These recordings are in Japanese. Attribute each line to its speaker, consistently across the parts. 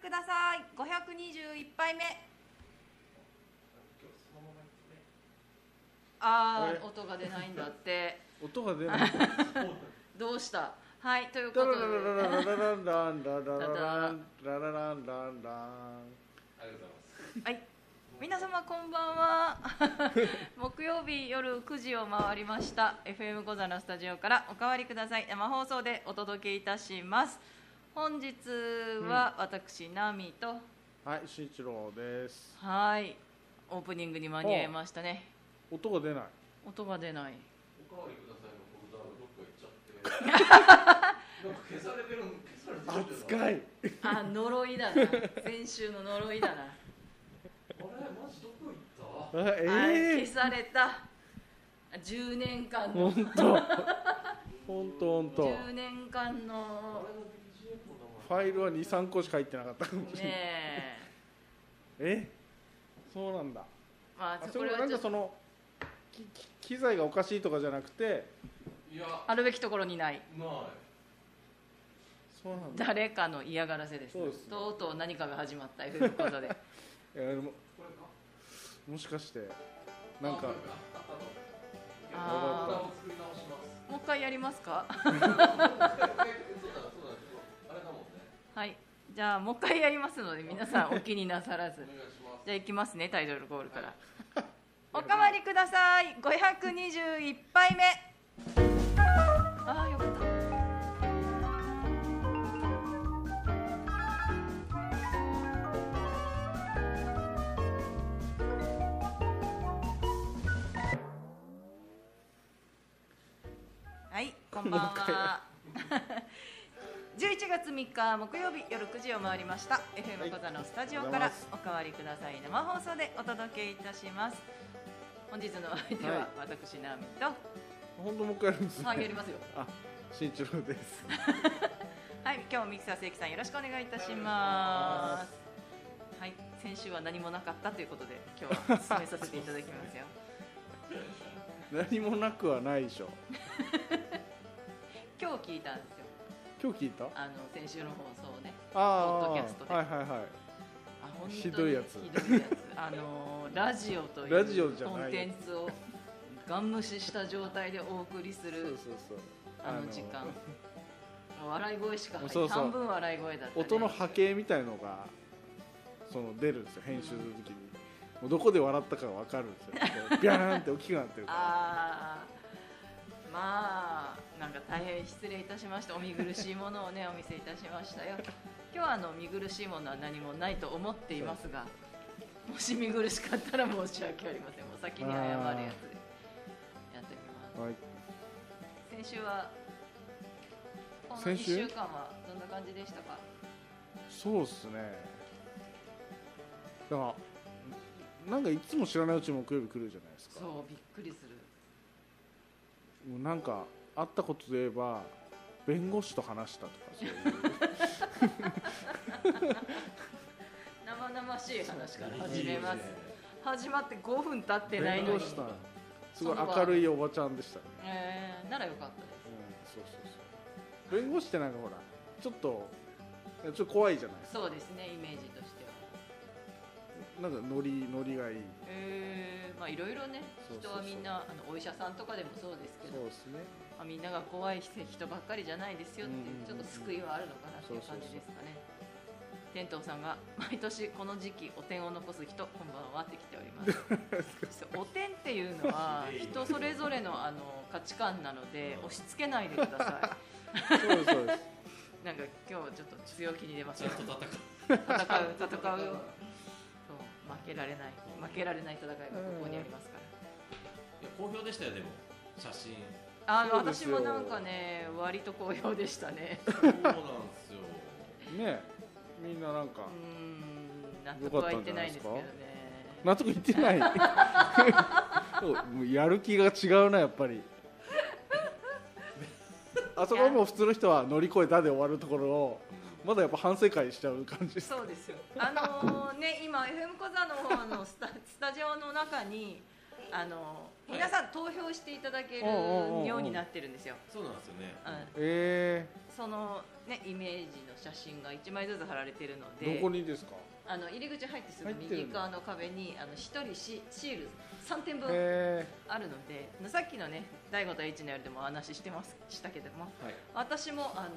Speaker 1: ください521杯目あ
Speaker 2: あれ
Speaker 1: あ音が出ないんだって
Speaker 2: 音が出ない。
Speaker 1: どうしたはいというこ
Speaker 2: ダ
Speaker 1: と
Speaker 2: ラ
Speaker 1: で
Speaker 2: ララララランランラララランララランランラン。
Speaker 3: ありがとうございます
Speaker 1: はい皆様こんばんは木曜日夜9時を回りました FM 小座のスタジオからおかわりください生放送でお届けいたします本日は私、ナミと
Speaker 2: はい、新一郎です。
Speaker 1: はいオープニングに間に合いましたね
Speaker 2: 音が出ない。
Speaker 1: 音が出ない
Speaker 3: おかわりくださいのフォルダがどっか行っちゃって。なんか消されてるの消されてるけど。
Speaker 2: 扱
Speaker 3: あれ
Speaker 2: い。
Speaker 1: あ呪いだな先週の呪いだな、
Speaker 3: マジどこ行った？
Speaker 1: あ
Speaker 2: え
Speaker 1: 消されたあ10年間
Speaker 2: え。
Speaker 1: の
Speaker 2: 本当。本当本当。
Speaker 1: 10年間
Speaker 3: あ
Speaker 1: の
Speaker 3: れの BGM の名前。
Speaker 2: ファイルは二三個しか入ってなかったかもしれない。
Speaker 1: ねえ
Speaker 2: え。そうなんだ。
Speaker 1: ま
Speaker 2: あ
Speaker 1: あ
Speaker 2: そ
Speaker 1: こ
Speaker 2: れ
Speaker 1: れ
Speaker 2: は
Speaker 1: は
Speaker 2: なん
Speaker 1: ちょっ
Speaker 2: か
Speaker 1: と
Speaker 2: その。きき機材がおかしいとかじゃなくて。
Speaker 3: いや
Speaker 1: あるべきところにない
Speaker 3: ない。
Speaker 2: そうなんだ。
Speaker 1: 誰かの嫌がらせです
Speaker 2: そうですね
Speaker 1: とうとう何かが始まったということ で
Speaker 2: いやでも
Speaker 3: これか。
Speaker 2: もしかして。なんか
Speaker 3: あ。あのフォルダ
Speaker 1: あー
Speaker 3: を作り直します。
Speaker 1: もう一回やりますか
Speaker 3: そうだそうだそうだ。あれだもんね。
Speaker 1: はいじゃあもう一回やりますので皆さんお気になさらず
Speaker 3: お願いします。
Speaker 1: じゃあ行きますねタイトルコールから、 おかわりください521杯目ああよかったはいこんばん
Speaker 2: もう一回
Speaker 1: は11月3日木曜日夜9時を回りました FM 小座のスタジオからおかわりください生放送でお届けいたします本日のお相手は、
Speaker 2: はい
Speaker 1: 私ナミと
Speaker 2: 本当もう一回やるんですね。
Speaker 1: はいやりますよ
Speaker 2: あ、新一郎です。
Speaker 1: はい今日もミキサー正規さんよろしくお願いいたしますはい先週は何もなかったということで今日は進めさせていただきます よ
Speaker 2: 何もなくはないでしょ。
Speaker 1: 今日聞いたんですよ
Speaker 2: 今日聞いた？
Speaker 1: あの先週の放送をね
Speaker 2: ああ
Speaker 1: ポッドキャストで
Speaker 2: はいはいは
Speaker 1: あ
Speaker 2: い
Speaker 1: 本当に
Speaker 2: ひどいやつ
Speaker 1: ひどいやつあのーラジオという
Speaker 2: ラジオじゃ
Speaker 1: コ
Speaker 2: ない
Speaker 1: ンテンツをガン無視した状態でお送りす
Speaker 2: そう
Speaker 1: る
Speaker 2: そうそう
Speaker 1: あの時間笑い声しか入って
Speaker 2: そうそう
Speaker 1: 半分笑い声だった、ね、
Speaker 2: 音の波形みたいのがその出るんですよ編集するときに、もうどこで笑ったかが分かるんですよこう ビャーンって大きくなってるから
Speaker 1: あーまあなんか大変失礼いたしましたお見苦しいものをねお見せいたしましたよ今日はあの見苦しいものは何もないと思っていますがもし見苦しかったら申し訳ありませんもう先に謝るやつでやってみます
Speaker 2: はい
Speaker 1: 先週はこの1
Speaker 2: 先
Speaker 1: 週
Speaker 2: 週
Speaker 1: 間はどんな感じでしたか
Speaker 2: そうっすねだからなんかいつも知らないうちに木曜日来るじゃないですか
Speaker 1: そうびっくりする
Speaker 2: もうなんかあったことで言えば弁護士と話したとかそ ういう
Speaker 1: 生々しい話から始めます始まって5分経ってない
Speaker 2: 弁
Speaker 1: の
Speaker 2: 護
Speaker 1: に
Speaker 2: 士さんすごい明るいおばちゃんでしたね
Speaker 1: えー、ならよかったです
Speaker 2: そうそうそう弁護士ってなんかほらちょっとちょっと怖いじゃないですか
Speaker 1: そうですねイメージとしては
Speaker 2: なんかノリノリがいい
Speaker 1: えー、まあいろいろね
Speaker 2: そうそ
Speaker 1: 人は
Speaker 2: うそう
Speaker 1: みんなあのお医者さんとかでもそうですけど、
Speaker 2: うですね
Speaker 1: まあ、みんなが怖い人ばっかりじゃないですよっていう
Speaker 2: うんうんうん
Speaker 1: ちょっと救いはあるのかなっていう感じですかね天童さんが毎年この時期お点を残す人こんばんはって来ておりますそうお点っていうのは人それぞれのあの価値観なので押し付けないでくださ
Speaker 2: そうですそうです
Speaker 1: いなんか今日ちょっと強気に出まし
Speaker 3: ち
Speaker 1: た
Speaker 3: ゃん
Speaker 1: ね
Speaker 3: と戦う。
Speaker 1: 戦う戦うよそう負けられない負けられない戦いがここにありますから
Speaker 3: いや好評でしたよでも写真。
Speaker 1: あの
Speaker 2: そうです
Speaker 1: 私
Speaker 2: よ
Speaker 1: もなんかね割と好評でしたね
Speaker 3: そうなんですよ。
Speaker 2: ねえみんななんか
Speaker 1: うーん納得はいってないんですけどね
Speaker 2: 納得いってないそうもうやる気が違うなやっぱりあそこはもう普通の人は乗り越えたで終わるところをまだやっぱ反省会しちゃう感じです
Speaker 1: そうですよあのー ね今 FM 小座の方のスタスタジオの中にあのー皆さん投票していただける
Speaker 2: おうおうおうおう
Speaker 1: ようになってるんですよ、
Speaker 3: そうなんですよね。
Speaker 1: うん、
Speaker 2: え
Speaker 1: その、ね、イメージの写真が1枚ずつ貼られてるの
Speaker 2: ど
Speaker 1: で
Speaker 2: こにですか
Speaker 1: あの入り口入ってすぐ
Speaker 2: 入ってる
Speaker 1: 右
Speaker 2: んだ
Speaker 1: 側の壁にあの1人シシール3点分
Speaker 2: へ
Speaker 1: あるのでさっきのね大悟と H のやりでもお話ししてますしたけども
Speaker 2: えはい
Speaker 1: 私も、あのー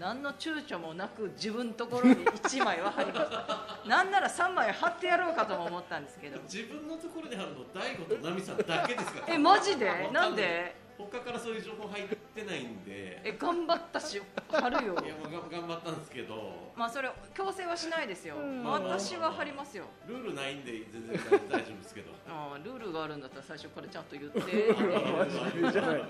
Speaker 1: 何の躊躇もなく自分のところに1枚は貼りましたなんなら3枚貼ってやろうかとも思ったんですけど
Speaker 4: 自分のところにあるの大悟と奈美さんだけですから
Speaker 1: えマジ
Speaker 4: わか
Speaker 1: で
Speaker 4: い
Speaker 1: なんで
Speaker 4: 他からそういう情報入ってないんで
Speaker 1: え頑張ったし貼 るよ
Speaker 4: いやもうが頑張ったんですけど
Speaker 1: まあそれ強制はしないですよ
Speaker 2: うん
Speaker 1: 私は貼りますよ
Speaker 4: ルールないんで全然大丈夫ですけど
Speaker 1: あールールがあるんだったら最初からちゃんと言って
Speaker 2: ジじゃないの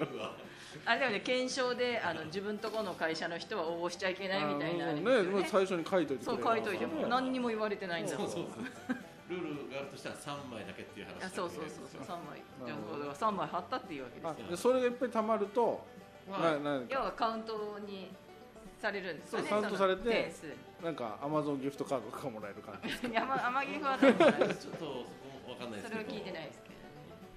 Speaker 1: あれでもね検証であの自分とこの会社の人は応募しちゃいけないみたいなあ
Speaker 2: あ
Speaker 1: れ
Speaker 2: の
Speaker 1: ですよ
Speaker 2: ねまあ最初に書いといてく
Speaker 1: そ
Speaker 2: れ
Speaker 1: う
Speaker 2: れば
Speaker 1: 書いといても何にも言われてないんだ
Speaker 4: そ
Speaker 1: もん
Speaker 4: うそうそうルールがあるとしたら3枚だけっていう話
Speaker 1: あそうそうそうそう3枚じゃ
Speaker 2: なるほど
Speaker 1: あだから三枚貼ったっていうわけですよ
Speaker 2: あでそれがいっぱい溜まると、
Speaker 4: まあ
Speaker 2: ななん
Speaker 1: 要
Speaker 2: か
Speaker 1: はカウントにされるんですかね
Speaker 2: そうカウントされて
Speaker 1: その点数
Speaker 2: なんかアマゾンギフトカードがもらえる感じ
Speaker 1: いやまあ天城はないから
Speaker 4: ちょっとそこもわかんないで
Speaker 1: そ
Speaker 4: す
Speaker 1: れは
Speaker 4: けど
Speaker 1: 聞いてないですけどね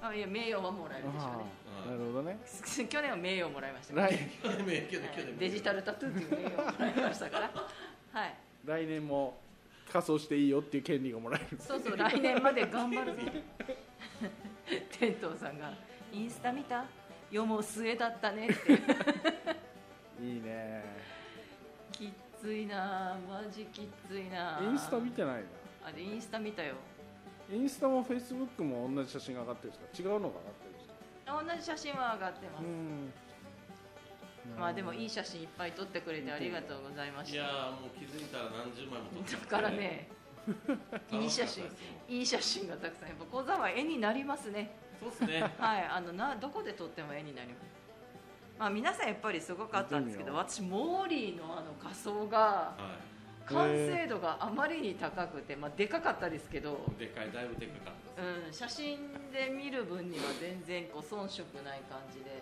Speaker 1: あいや名誉はもらえるでしょ
Speaker 2: あーなるほどね
Speaker 1: うね去年は名誉もらいましたから
Speaker 2: 来
Speaker 1: ね
Speaker 4: ね去年去
Speaker 1: はい
Speaker 4: 年
Speaker 1: デジタルタトゥーっていう名誉をもらいましたからはい
Speaker 2: 来年も仮装していいよっていう権利がもらえる
Speaker 1: そうそう来年まで頑張 るぞ天童さんが「インスタ見た世も末だったね」って
Speaker 2: いいね
Speaker 1: きっついなマジきっついな
Speaker 2: インスタ見てないな
Speaker 1: あでインスタ見たよ
Speaker 2: インスタもフェイスブックも同じ写真が上がってるんですか違うのが上がってるんですか
Speaker 1: 同じ写真は上がってます、
Speaker 2: うん
Speaker 1: まあでもいい写真いっぱい撮ってくれてありがとうございま
Speaker 4: い
Speaker 1: し
Speaker 4: や
Speaker 1: た
Speaker 4: ーもう気づいたら何十枚も撮って
Speaker 1: だ
Speaker 4: た
Speaker 1: からねいい写真
Speaker 4: 楽しかったです
Speaker 1: いい写真がたくさんやっぱ小沢絵になりますね
Speaker 4: そうですね
Speaker 1: はいあのなどこで撮っても絵になりますまあ皆さんやっぱりすごかったんですけど
Speaker 2: 見
Speaker 1: 私モーリーのあの仮装が
Speaker 4: は
Speaker 1: 完成度があまりに高くて、まあ、でかかったですけど、
Speaker 4: いでかいだいぶでかかったです
Speaker 1: うん、写真で見る分には全然こう遜色ない感じで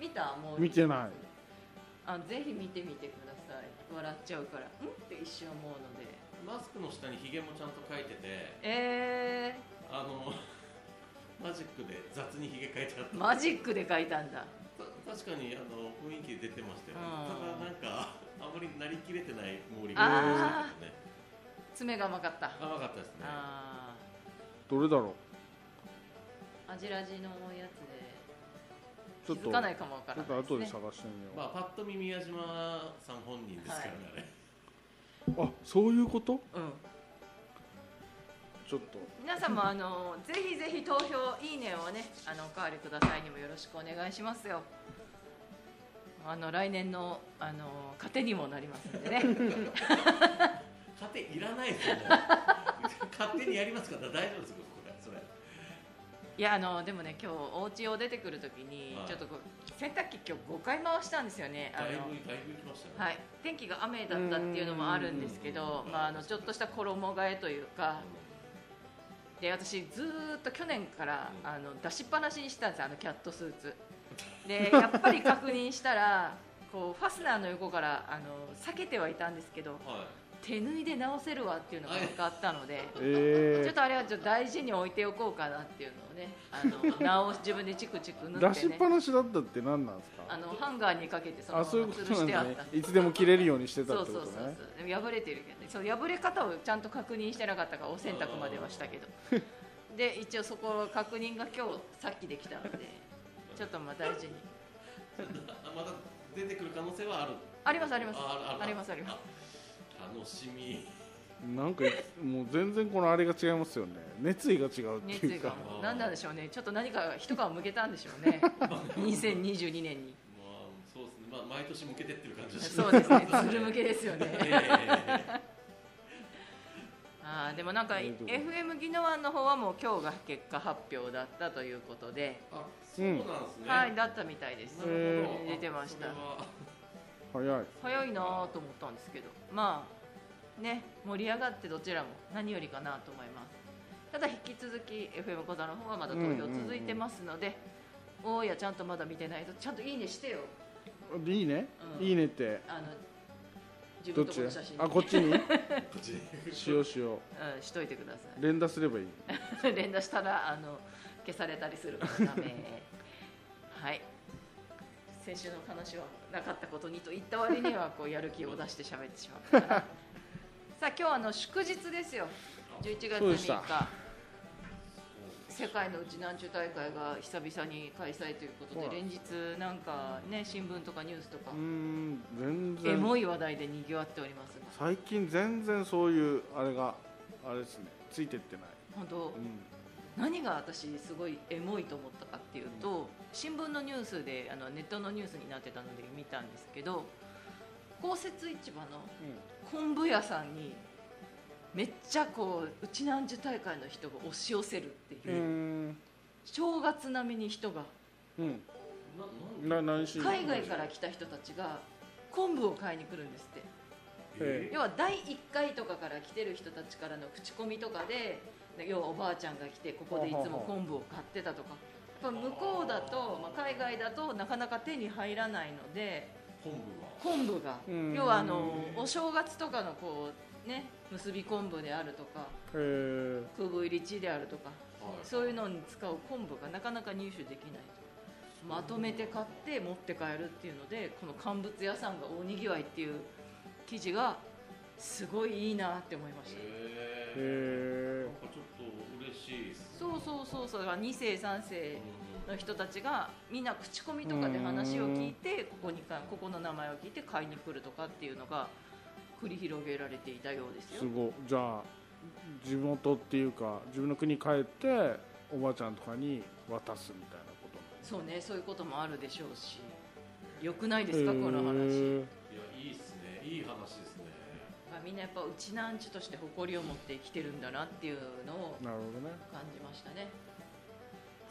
Speaker 1: 見たモーリー
Speaker 2: 見てない
Speaker 1: あぜひ見てみてください笑っちゃうからうんって一瞬思うので
Speaker 4: マスクの下にヒゲもちゃんと描いてて
Speaker 1: え
Speaker 4: あの マジックで雑にヒゲ描いてあった
Speaker 1: ー、マジックで描いたんだ
Speaker 4: た確かにあの雰囲気出てましたよ、
Speaker 1: うん
Speaker 4: ただなんかあまりなりきれてない毛利
Speaker 1: あー
Speaker 4: がね
Speaker 1: 爪が甘かった
Speaker 4: 甘かったですね
Speaker 1: あ
Speaker 2: どれだろ
Speaker 1: ーアジラジのやつ
Speaker 2: うちょ
Speaker 1: で気
Speaker 2: っと
Speaker 1: づかないかもわから
Speaker 2: ちょ
Speaker 1: な
Speaker 2: っと
Speaker 1: いです
Speaker 2: 後
Speaker 1: ね
Speaker 2: で探してみよう、
Speaker 4: まあパッと見宮島さん本人ですからね、あれ
Speaker 2: あそういうこと
Speaker 1: うん
Speaker 2: ちょっと
Speaker 1: 皆さんもあのぜひぜひ投票いいねをねあのおかわりくださいにもよろしくお願いしますよあの来年のあの糧にもなりますんでね
Speaker 4: 勝手いらないで すよね勝手にやりますから大丈夫ですよこれそれ
Speaker 1: いやあのでもね今日お家を出てくるときに、
Speaker 4: はい
Speaker 1: ちょっとこう洗濯機今日5回回したんですよねあ
Speaker 4: だいぶ
Speaker 1: の
Speaker 4: だいぶ行きました
Speaker 1: は
Speaker 4: ね、
Speaker 1: い、天気が雨だったっていうのもあるんですけど
Speaker 4: う、ん
Speaker 1: まあ、あのちょっとした衣替えというかで私ずーっと去年から
Speaker 4: うん
Speaker 1: あの出しっぱなしにしたんですあのキャットスーツでやっぱり確認したらこうファスナーの横からあの避けてはいたんですけど
Speaker 4: はい
Speaker 1: 手縫いで直せるわっていうのが分かったので。ちょっ
Speaker 2: え
Speaker 1: とあれはちょっと大事に置いておこうかなっていうのをね、あの直し自分でチクチク縫
Speaker 2: ー、
Speaker 1: って
Speaker 2: 出しっ
Speaker 1: ね、
Speaker 2: ぱなしだったって何なんですか
Speaker 1: あのハンガーにかけてそのま
Speaker 2: あ
Speaker 1: ま
Speaker 2: そういうこ
Speaker 1: 吊る
Speaker 2: とな
Speaker 1: し
Speaker 2: ん
Speaker 1: てあ
Speaker 2: だ
Speaker 1: っ
Speaker 2: ね
Speaker 1: た。
Speaker 2: いつでも切れるようにしてた
Speaker 1: そ
Speaker 2: っ
Speaker 1: う
Speaker 2: て
Speaker 1: そう
Speaker 2: こ
Speaker 1: そう
Speaker 2: と
Speaker 1: そう
Speaker 2: ね
Speaker 1: でも破れてるけど、ね、そう破れ方をちゃんと確認してなかったからお洗濯まではしたけ どで一応そこ確認が今日さっきでき たのでちょっとまあ大事に
Speaker 4: あまた出てくる可能性はある
Speaker 1: ありますあります
Speaker 4: あ
Speaker 1: ありますあります
Speaker 4: あ楽しみ
Speaker 2: なんかもう全然このあれが違いますよね熱意が違うって
Speaker 1: 熱
Speaker 2: い
Speaker 1: 意
Speaker 2: う
Speaker 1: が
Speaker 2: か
Speaker 1: もう何なんでしょうねちょっと何か一皮むけたんでしょ うね2022年に
Speaker 4: まあそうですね、まあ、毎年向けてってる感じです
Speaker 1: そうですねずる向けですよ ね
Speaker 4: ええ
Speaker 1: あーでもなんか
Speaker 2: ありがとうござい
Speaker 1: FM 宜野湾の方はもう今日が結果発表だったということで、
Speaker 4: あそうなんですね、
Speaker 1: はいだったみたいです
Speaker 4: なるほど
Speaker 1: 出てました
Speaker 4: あそれは
Speaker 2: 早い
Speaker 1: 早いなぁと思ったんですけどまあね盛り上がってどちらも何よりかなと思いますただ引き続き FM 小座の方はまだ投票続いてますので、おーやちゃんとまだ見てないとちゃんといいねしてよ
Speaker 2: いいね、
Speaker 1: うん
Speaker 2: いいねって
Speaker 1: あの自
Speaker 2: ど
Speaker 1: 分と
Speaker 2: っち
Speaker 1: この写真
Speaker 2: あこっち に
Speaker 4: こっち
Speaker 2: しようしよ
Speaker 1: うん、しといてくださ
Speaker 2: う連打すればいい
Speaker 1: い 連打 したらあの消されたりするからダメはい先週の話はなかったことにと言った割にはこうやる気を出して喋ってしまった からさあ今日あの祝日ですよ11月
Speaker 2: そうでし
Speaker 1: 3
Speaker 2: た
Speaker 1: 日世界のうち南中大会が久々に開催ということ
Speaker 2: そ
Speaker 1: で
Speaker 2: う
Speaker 1: 連日なんかね新聞とかニュースとか
Speaker 2: うーん全
Speaker 1: エモ
Speaker 2: 然
Speaker 1: い話題で賑わっておりますが
Speaker 2: 最近全然そういうあれがあれですねついてってない、
Speaker 1: 本当
Speaker 2: う
Speaker 1: 何が私すごいエモいと思ったかっていうと新聞のニュースであのネットのニュースになってたので見たんですけど公設市場の
Speaker 2: ん
Speaker 1: 昆布屋さんにめっちゃこううちなんじゅ大会の人が押し寄せるっていう、
Speaker 2: うん
Speaker 1: 正月並みに人が
Speaker 2: うん
Speaker 4: な
Speaker 2: な何しに
Speaker 1: 海外から来た人たちが昆布を買いに来るんですって
Speaker 4: え
Speaker 1: 要は第1回とかから来てる人たちからの口コミとかで要はおばあちゃんが来てここでいつも昆布を買ってたとかやっぱ向こうだと、まあ、海外だとなかなか手に入らないので
Speaker 4: 本部
Speaker 1: 昆
Speaker 4: は
Speaker 1: 布が
Speaker 2: うん
Speaker 1: 要はあのお正月とかのこうね結び昆布であるとか
Speaker 2: へー
Speaker 1: 空母入り地であるとか
Speaker 4: はい
Speaker 1: そういうのに使う昆布がなかなか入手できないとまとめて買って持って帰るっていうのでこの乾物屋さんが大にぎわいっていう記事がすごいいいなって思いました、
Speaker 4: へ
Speaker 2: へ
Speaker 4: えなんかちょっと嬉しいです
Speaker 1: そうそうそうそうだから2世3世
Speaker 4: う
Speaker 1: の人たちがみんな口コミとかで話を聞いてここにかここの名前を聞いて買いに来るとかっていうのが繰り広げられていたようです
Speaker 2: ー
Speaker 1: よ
Speaker 2: すごいじゃあ地元っていうか自分の国帰っておばあちゃんとかに渡すみたいなこと
Speaker 1: そうねそういうこともあるでしょうしよくないですかこの話
Speaker 2: へー
Speaker 4: いやいいっすねいい話ですね
Speaker 1: まあ、みんなやっぱうちなんちゅとして誇りを持って生きてるんだなっていうのを
Speaker 2: なるほどね
Speaker 1: 感じました ね。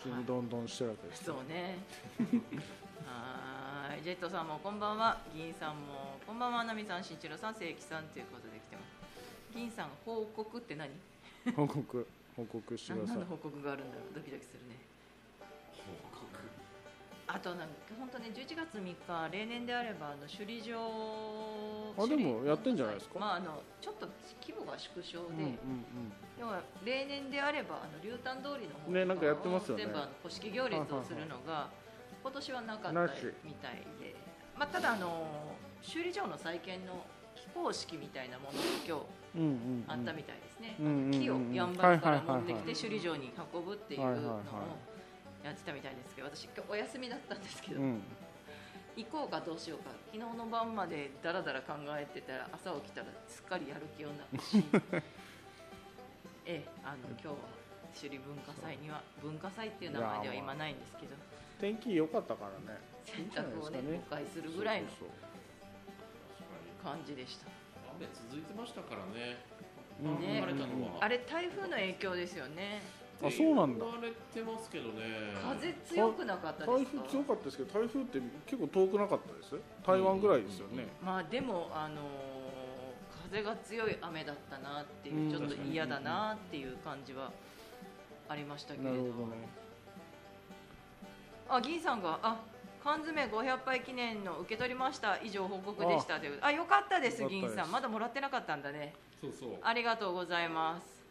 Speaker 2: ちむ
Speaker 1: はい
Speaker 2: どんどんしてるわけです
Speaker 1: そうね。 はーい、ジェットさんもこんばんは、銀さんもこんばんは、ナミさん、新一郎さん、正規さんということで来てます。銀さん報告って何？
Speaker 2: 報告報告して
Speaker 1: 何
Speaker 2: くださ
Speaker 1: 何
Speaker 2: い
Speaker 1: の報告があるんだろう、ドキドキするね。
Speaker 4: 報告
Speaker 1: あとなんか本当ね11月3日例年であればあの首里城
Speaker 2: あでも
Speaker 1: 首里
Speaker 2: やってんじゃないですか
Speaker 1: まああのちょっと規模が縮小
Speaker 2: うん
Speaker 1: で、
Speaker 2: うん
Speaker 1: 要は例年であればあの竜丹通りの方
Speaker 2: ねなんかやってますよね
Speaker 1: 全部あの古式行列をするのが今年はなかった
Speaker 2: なし
Speaker 1: みたいで、まあ、ただあの修理場の再建の起工式みたいなものが今日
Speaker 2: うんうんうん
Speaker 1: あったみたいですね、
Speaker 2: うんうんうん
Speaker 1: 木をやんばるから
Speaker 2: はいはい
Speaker 1: 持
Speaker 2: はい
Speaker 1: っ
Speaker 2: はい
Speaker 1: てきて首里城に運ぶっていうのを
Speaker 2: はいはいは
Speaker 1: やってたみたいですけど私今日お休みだったんですけど、
Speaker 2: うん
Speaker 1: 行こうかどうしようか昨日の晩までだらだら考えてたら朝起きたらすっかりやる気をなく しええあの今日は首里文化祭には文化祭っていう名前では今ないんですけど
Speaker 2: 天気良かったからね
Speaker 1: 洗濯をね
Speaker 2: いいんじゃないですかね
Speaker 1: 誤解するぐらいの
Speaker 2: そうそう
Speaker 4: 確かに
Speaker 1: 感じでした
Speaker 4: 雨続いてましたからね
Speaker 2: うん
Speaker 1: ね
Speaker 4: 晴れたのは
Speaker 1: あれ台風の影響ですよね
Speaker 2: あそうなんだ
Speaker 4: 言われてますけどね
Speaker 1: 風強くなかった
Speaker 2: そう
Speaker 1: で
Speaker 2: 台
Speaker 1: すか
Speaker 2: 風強かったですけど台風って結構遠くなかったです台湾ぐらいですよね
Speaker 1: まあでもあのー風が強い雨だったなっていううんちょっと嫌だなっていう感じはありましたけれ
Speaker 2: な
Speaker 1: ど
Speaker 2: るほどね
Speaker 1: あ銀さんがあ缶詰500杯記念の受け取りました以上報告でしたということであよかったです
Speaker 2: よかったです
Speaker 1: 銀さんまだもらってなかったんだね
Speaker 4: そうそう
Speaker 1: ありがとうございます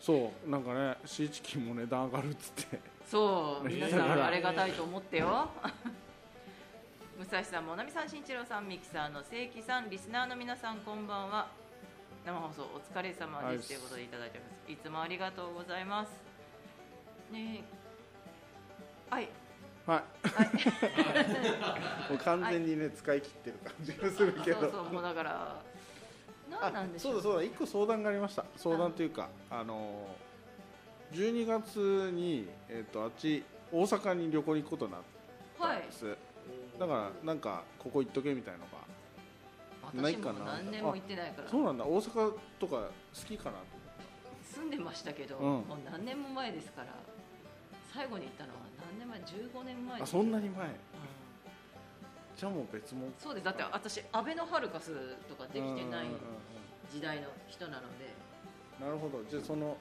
Speaker 2: そうなんかねシーチキンも値段上がるっつって
Speaker 1: そう皆さ
Speaker 2: いやい
Speaker 1: ん
Speaker 2: や
Speaker 1: ありがたいと思ってよ 武蔵さんもなみさん新一郎さんミキさんの正規さんリスナーの皆さんこんばんは生放送お疲れ様ですということでいただいてますいつもありがとうございますねえはい
Speaker 2: はい もう完全にね使い切ってる感じがするけ
Speaker 1: そう
Speaker 2: ど
Speaker 1: そうもうだから何なんでしょ
Speaker 2: そうだそうだ一個相談がありました相談というかあの12月に、えっとあっち大阪に旅行に行くことになった
Speaker 1: は
Speaker 2: ん
Speaker 1: い
Speaker 2: です、だからなんかここ行っとけみたいなのがない
Speaker 1: 私も
Speaker 2: かな
Speaker 1: 何年も行ってないから
Speaker 2: そうなんだ大阪とか好きかな
Speaker 1: 住んでましたけど、
Speaker 2: うん
Speaker 1: もう何年も前ですから最後に行ったのは何年前15年前
Speaker 2: あそんなに前
Speaker 1: うん
Speaker 2: じゃあもう別も
Speaker 1: そうですだって私アベノハルカスとかできてない
Speaker 2: うんうん
Speaker 1: 時代の人なので
Speaker 2: うんなるほどじゃあその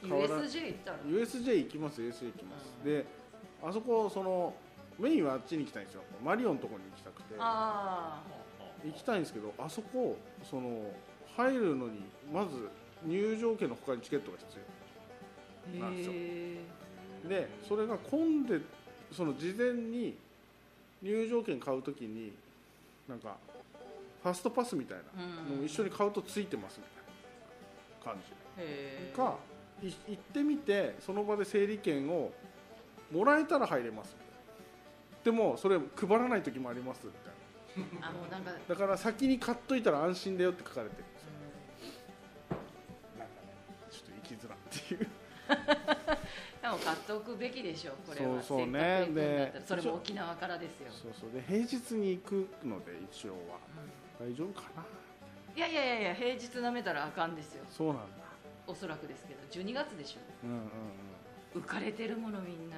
Speaker 2: 変わらん
Speaker 1: USJ 行ったら
Speaker 2: USJ 行きます USJ 行きます、
Speaker 1: うん
Speaker 2: であそこそのメインはあっちに行きたいんですよマリオンのとこに行きたくて
Speaker 1: あ
Speaker 2: 行きたいんですけどあそこその入るのにまず入場券の他にチケットが必
Speaker 1: ー
Speaker 2: なんですよ
Speaker 1: へえ
Speaker 2: 要でそれが混んでその事前に入場券買うときになんかファストパスみたいな
Speaker 1: うん
Speaker 2: のを一緒に買うとついてますみたいな感じ
Speaker 1: へー
Speaker 2: かい行ってみてその場で整理券をもらえたら入れますみたいなでもそれ配らない時もありますみたい
Speaker 1: あもうなんか、うん
Speaker 2: なだから先に買っといたら安心だよって書かれてるなんかねちょっと行きづらっていう
Speaker 1: でも買っておくべきでしょうこれは
Speaker 2: そうそうね
Speaker 1: せっかく行くんだったら
Speaker 2: で
Speaker 1: それも沖縄からですよ、
Speaker 2: そうそうで平日に行くので一応は大丈夫かな
Speaker 1: うんいやいやいやいや平日なめたらあかんですよ
Speaker 2: そうなんだ
Speaker 1: おそらくですけど12月でし
Speaker 2: うんうんうん
Speaker 1: ょ浮かれてるものみんな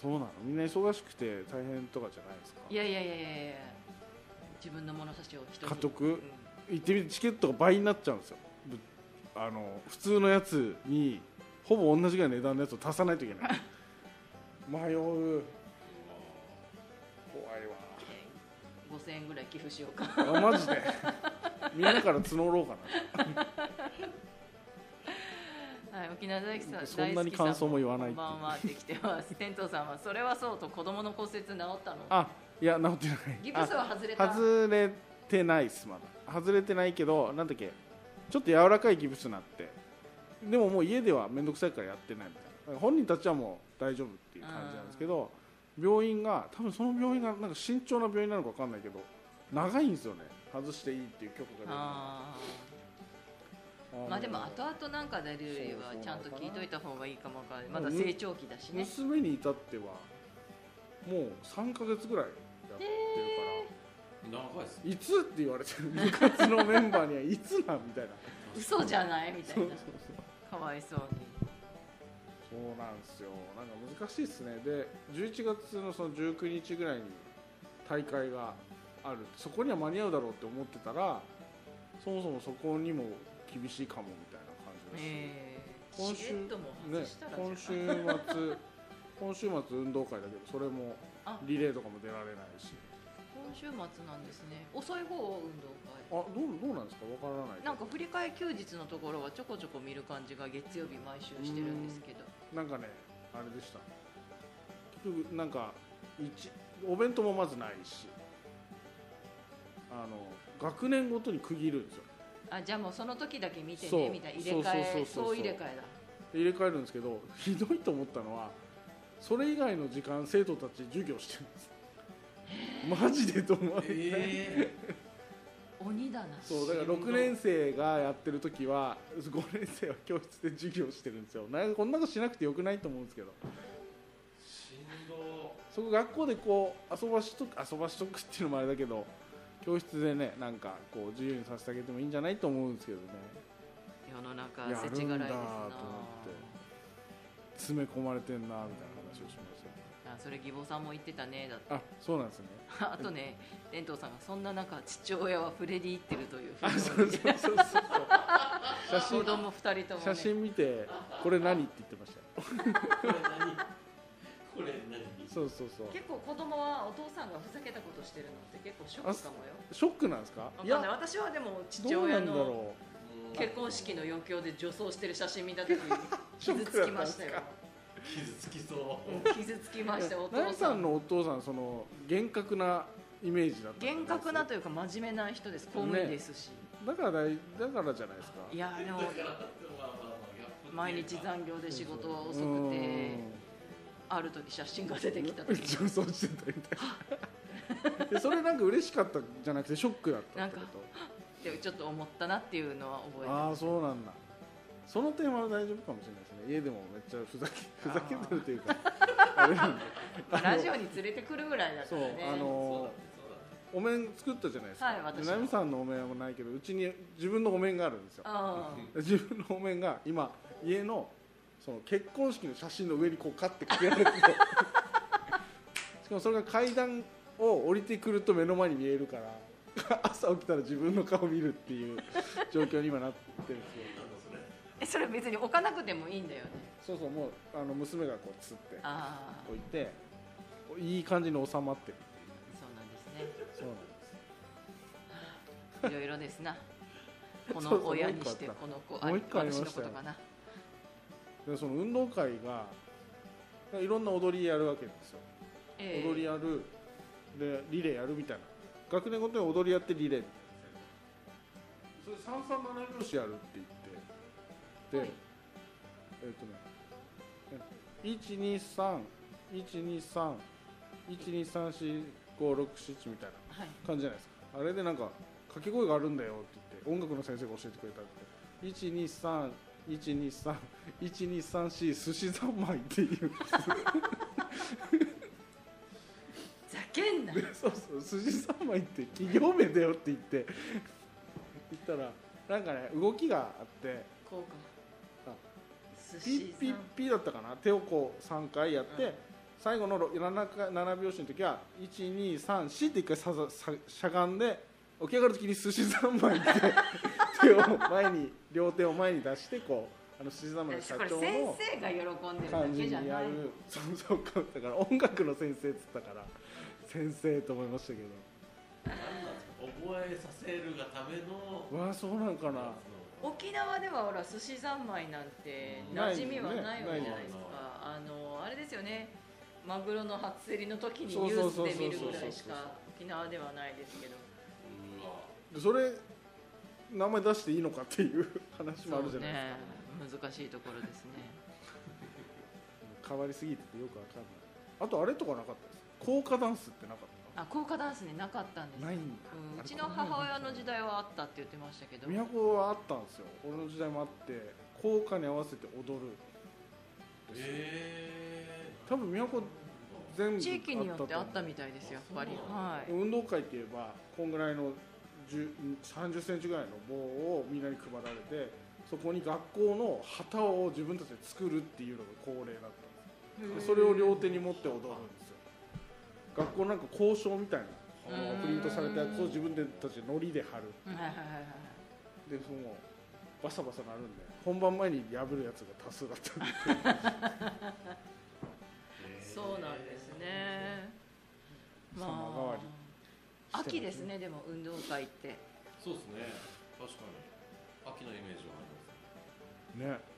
Speaker 2: そうなのみんな忙しくて大変とかじゃないですか
Speaker 1: いやいやいやいやいや自分の物差しを一つ
Speaker 2: 買っとく
Speaker 1: うん
Speaker 2: 行ってみてチケットが倍になっちゃうんですよぶあの普通のやつにほぼ同じぐらいの値段のやつを足さないといけない 迷う怖
Speaker 1: 5000円ぐらい寄付しようか
Speaker 2: いわあマジでみんなから募ろうか
Speaker 1: はい沖縄大好きさん
Speaker 2: そんなに感想も言わないっていう
Speaker 1: まあまあできてます 天童さんはそれはそうと子供の骨折治ったの
Speaker 2: なあいや治ってない
Speaker 1: ギプスは外れた
Speaker 2: あ外れてないっすまだ外れてないけどなんだっけちょっと柔らかいギブスになってでももう家では面倒くさいからやってないみたいなだから本人たちはもう大丈夫っていう感じなんですけど病院が多分その病院がなんか慎重な病院なのか分かんないけど長いんですよね外していいっていう曲が出て
Speaker 1: あーまあでも後々なんか出るよりはちゃんと聞いといた方がいいかもわかんないまだ成長期だしね
Speaker 2: 娘に至ってはもう3ヶ月ぐらいやってる
Speaker 4: 長いです
Speaker 2: からいつって言われてる部活のメンバーにはいつなんみたいな
Speaker 1: 嘘じゃないみたい
Speaker 2: そう
Speaker 1: な
Speaker 2: そうそう
Speaker 1: かわいそうに
Speaker 2: そうなんですよなんか難しいですねで11月のその19日ぐらいに大会があるそこには間に合うだろうって思ってたらそもそもそこにも厳しいかもみたいな感じです、
Speaker 1: ええ
Speaker 2: 今週
Speaker 1: チケットも外したらじゃない
Speaker 2: 今週 末今週末運動会だけどそれも
Speaker 1: あ
Speaker 2: リレーとかも出られないし
Speaker 1: 今週末なんですね遅い方は運動
Speaker 2: あどうどうなんですかわからない
Speaker 1: 会
Speaker 2: けど
Speaker 1: なんか振り替え休日のところはちょこちょこ見る感じが月曜日毎週してるんですけど
Speaker 2: なんかねあれでした結局なんか一お弁当もまずないしあの学年ごとに区切るんですよ
Speaker 1: あじゃあもうその時だけ見て
Speaker 2: そ
Speaker 1: ね
Speaker 2: う
Speaker 1: みたいな入れ替え
Speaker 2: そうそうそうそう
Speaker 1: そう入れ替えだ
Speaker 2: で入れ替えるんですけど ひどいと思ったのはそれ以外の時間生徒たち授業してるんですマジでと思われて、
Speaker 4: え
Speaker 1: 鬼だな
Speaker 2: そうだから6年生がやってる時は5年生は教室で授業してるんですよなんかこんなことしなくてよくないと思うんですけど
Speaker 3: しんど
Speaker 2: そこ学校でこう遊ばしとく遊ばしとくっていうのもあれだけど教室でねなんかこう自由にさせてあげてもいいんじゃないと思うんですけどね
Speaker 1: 世の中
Speaker 2: や
Speaker 1: 世
Speaker 2: る
Speaker 1: 知
Speaker 2: ん
Speaker 1: 辛
Speaker 2: だ
Speaker 1: い
Speaker 2: と
Speaker 1: ですな
Speaker 2: 思って詰め込まれてんなみたいな話をしまし
Speaker 1: あそれ義母さんも言ってたねだって
Speaker 2: たあそうなんですね
Speaker 1: あとね伝藤さんがそんな中父親は触れに行ってるという
Speaker 2: あそうそうそうそう写
Speaker 1: 子
Speaker 2: 真
Speaker 1: 供二人ともね
Speaker 2: 写真見てこれ何って言ってましたよ
Speaker 4: これ何これ何
Speaker 2: そうそうそう
Speaker 1: 結構子供はお父さんがふざけたことしてるのって結構ショックかもよ
Speaker 2: ショックなんですか
Speaker 1: わ
Speaker 2: い
Speaker 1: かんない
Speaker 2: や
Speaker 1: 私はでも父
Speaker 2: どうな
Speaker 1: 親
Speaker 2: んだ
Speaker 1: の
Speaker 2: ろ
Speaker 4: うん
Speaker 1: 結婚式の余興で女装してる写真見た時に
Speaker 2: ショッ
Speaker 1: 傷
Speaker 2: ク
Speaker 1: つき
Speaker 2: だったん
Speaker 1: ま
Speaker 2: で
Speaker 1: し
Speaker 2: す
Speaker 1: た
Speaker 2: か
Speaker 1: よ
Speaker 4: 傷つきそう
Speaker 1: うん傷つきましたお
Speaker 2: うナ
Speaker 1: 父
Speaker 2: エ
Speaker 1: さ
Speaker 2: さ
Speaker 1: ん
Speaker 2: んのお父さんその厳格なイメージだったんじゃない
Speaker 1: 厳
Speaker 2: ですか
Speaker 1: 格なというか真面目な人です公務員ですし、
Speaker 2: だからだいだからじゃないですか
Speaker 1: いやでも
Speaker 4: まあまあまあギャップっていうか
Speaker 1: 毎日残業で仕事は遅くてある時写真が出てきた
Speaker 2: うん
Speaker 1: 時 に
Speaker 2: 女装してたみたいなそれなんか嬉しかったじゃなくてショックだったってこ
Speaker 1: でちょっと思ったなっていうのは覚え
Speaker 2: と
Speaker 1: て
Speaker 2: ああ
Speaker 1: ま
Speaker 2: ー
Speaker 1: す
Speaker 2: そうなんだその点は大丈夫かもしれないですね家でもめっちゃふざけふざけてるとい うかあれなんだあの
Speaker 1: ラジオに連れてくるぐらいだった
Speaker 2: そう
Speaker 1: らね
Speaker 2: あの
Speaker 4: そうだね
Speaker 2: お面作ったじゃないですか、
Speaker 1: はい私は
Speaker 2: で奈美さんのお面はないけどうちに自分のお面があるんですよ
Speaker 1: あ
Speaker 2: 自分のお面が今家のその結婚式の写真の上にこうカッてかけられててしかもそれが階段を降りてくると目の前に見えるから朝起きたら自分の顔見るっていう状況に今なってるんですよ
Speaker 1: えそれ別に置かなくてもいいんだよね
Speaker 2: そうそうもうあの娘がこうつって
Speaker 1: ああ
Speaker 2: 置いていい感じに収まってる
Speaker 1: そうなんですね
Speaker 2: そうなんです
Speaker 1: いろいろですな。こ
Speaker 2: そ
Speaker 1: の
Speaker 2: うそう
Speaker 1: 親にして
Speaker 2: もう一
Speaker 1: こ
Speaker 2: 個あった
Speaker 1: の子
Speaker 2: もう一個ありま
Speaker 1: 私
Speaker 2: したよ
Speaker 1: のことかな。
Speaker 2: でその運動会がいろんな踊りやるわけですよ
Speaker 1: ええ
Speaker 2: 踊りやるでリレーやるみたいな学年ごとに踊りやってリレーみたいなそれ三三七拍子やるって言ってで、
Speaker 1: はい
Speaker 2: えっ、とね一二三一二三一二三四五六七みたいな
Speaker 1: はい
Speaker 2: 感じじゃないですかあれでなんか掛け声があるんだよって言って音楽の先生が教えてくれたって123123123123寿司三昧っていう
Speaker 1: ざけんな
Speaker 2: そうそう寿司三昧って企業名だよって言って言ったらなんかね動きがあって
Speaker 1: こうか
Speaker 2: あ
Speaker 1: 寿
Speaker 2: ピッ
Speaker 1: 司
Speaker 2: ピッピーだったかな手をこう3回やって、
Speaker 1: うん
Speaker 2: 最後のろ7か7拍子の時は1234って一回さざさしゃがんで起き上がる時に寿司三昧って 手を前に両手を前に出してこうあの寿司三昧の社
Speaker 1: さんこれ
Speaker 2: 長
Speaker 1: 先
Speaker 2: の
Speaker 1: 生が喜んでるだ
Speaker 2: 感じ
Speaker 1: け
Speaker 2: に
Speaker 1: じゃな
Speaker 2: や
Speaker 1: い
Speaker 2: るそうそうだから音楽の先生っつったから先生と思いましたけ
Speaker 4: 何なんですか覚えさせるがための
Speaker 2: どわあそうなんかな
Speaker 4: その
Speaker 1: 沖縄ではほら寿司三昧なんて
Speaker 2: ない
Speaker 1: 馴染みはないわけじゃないです
Speaker 4: ね
Speaker 1: か
Speaker 4: ない
Speaker 1: あのあれですよねマグロの初競りの時にニ
Speaker 2: そう
Speaker 1: ュ
Speaker 2: そう
Speaker 1: ー
Speaker 2: そ
Speaker 1: スで
Speaker 2: うそう
Speaker 1: 見るぐらいしか沖縄ではないですけど
Speaker 4: うわ
Speaker 2: でそれ名前出していいのかっていう話も
Speaker 1: そ
Speaker 2: あるじゃ
Speaker 1: う
Speaker 2: ないですか、
Speaker 1: ね難しいところですね
Speaker 2: 変わりすぎててよくわかんないあとあれとかなかったです効果ダンスってなかった
Speaker 1: あ効果ダンスねなかったんです
Speaker 2: ないんだ
Speaker 1: うん
Speaker 2: あれ
Speaker 1: うちの母親の時代はあったって言ってましたけど
Speaker 2: 都はあったんですよ俺の時代もあって効果に合わせて踊る
Speaker 4: えー
Speaker 2: 多分都全部
Speaker 1: 地域によってあ
Speaker 2: あ
Speaker 1: っ
Speaker 2: った
Speaker 1: たみたいですよやっぱり
Speaker 4: あそう
Speaker 1: はい
Speaker 2: 運動会って言えばこんぐらいの10 30センチぐらいの棒をみんなに配られてそこに学校の旗を自分たちで作るっていうのが恒例だったんですでそれを両手に持って踊るんですよ学校なんか校章みたいな
Speaker 1: うん
Speaker 2: プリントされたやつを自分たちでのりで貼る
Speaker 1: はいはいはいはいはい
Speaker 2: でそのバサバサなるんで本番前に破るやつが多数だったんで
Speaker 4: えー
Speaker 1: そうなんですねま
Speaker 2: 様変わり
Speaker 1: あ秋ですねでも運動会って
Speaker 4: そうですね確かに秋のイメージはあります
Speaker 2: ね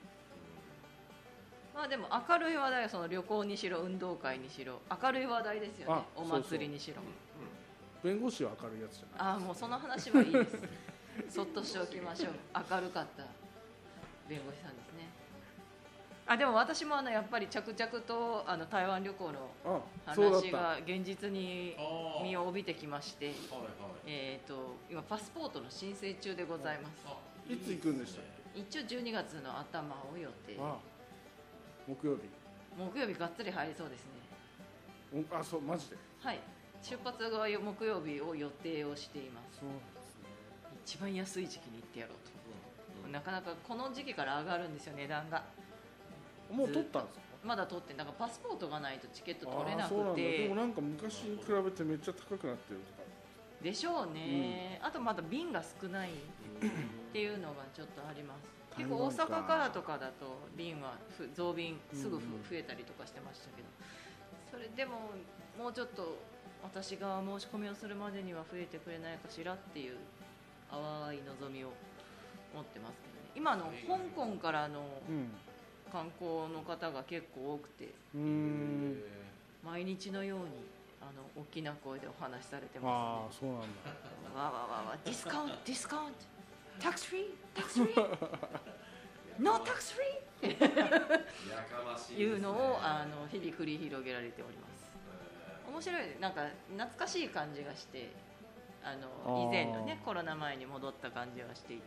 Speaker 1: まあでも明るい話題はその旅行にしろ運動会にしろ明るい話題ですよね
Speaker 2: あ
Speaker 1: お祭りにしろ
Speaker 2: 弁護士は明るいやつじゃない
Speaker 1: ああもうその話はいいです そっとしておきましょう明るかった弁護士さんですねあでも私もあのやっぱり着々とあの台湾旅行の
Speaker 2: あそうだっ
Speaker 1: 話
Speaker 2: た
Speaker 1: が現実に
Speaker 4: ああ
Speaker 1: 身を帯びてきまして
Speaker 4: はいはい
Speaker 1: えー、と今パスポートの申請中でございます
Speaker 4: あ
Speaker 2: いつ行くんでしたっ
Speaker 1: 一応12月の頭を予定
Speaker 2: あ木曜日
Speaker 1: 木曜日がっつり入りそうですね
Speaker 2: おあそうマジで
Speaker 1: はい出発が木曜日を予定をしています
Speaker 2: そうなんですね
Speaker 1: 一番安い時期に行ってやろう
Speaker 4: うん
Speaker 1: と、
Speaker 4: うん
Speaker 1: なかなかこの時期から上がるんですよ値段が
Speaker 2: もう取ったんですか
Speaker 1: まだ取ってなんかパスポートがないとチケット取れ
Speaker 2: あ
Speaker 1: な
Speaker 2: あ
Speaker 1: く
Speaker 2: そうなんだで
Speaker 1: て
Speaker 2: もなんか昔に比べてめっちゃ高くなってるとか
Speaker 1: でしょうね、あとまだ便が少ないっていうのがちょっとあります結構大
Speaker 2: 台湾か
Speaker 1: 阪からとかだと便はふ増便すぐふ
Speaker 2: うんうん
Speaker 1: 増えたりとかしてましたけどそれでももうちょっと私が申し込みをするまでには増えてくれないかしらっていう淡い望みを持ってますけどね今あの香港からの
Speaker 2: うん
Speaker 1: 観光の方が結構多くて
Speaker 2: うーん
Speaker 1: 毎日のようにあの大きな声でお話しされてますね
Speaker 2: ああそうなんだ
Speaker 1: わわわわディスカウントディスカウントタックスフリータックスフリーノータックスフ
Speaker 4: やかまし
Speaker 1: リ
Speaker 4: い
Speaker 1: ーいうのをあ
Speaker 4: の
Speaker 1: の日々繰り広げられております面白いなんか懐かしい感じがしてあ
Speaker 2: あー
Speaker 1: の以前のねコロナ前に戻った感じはしていて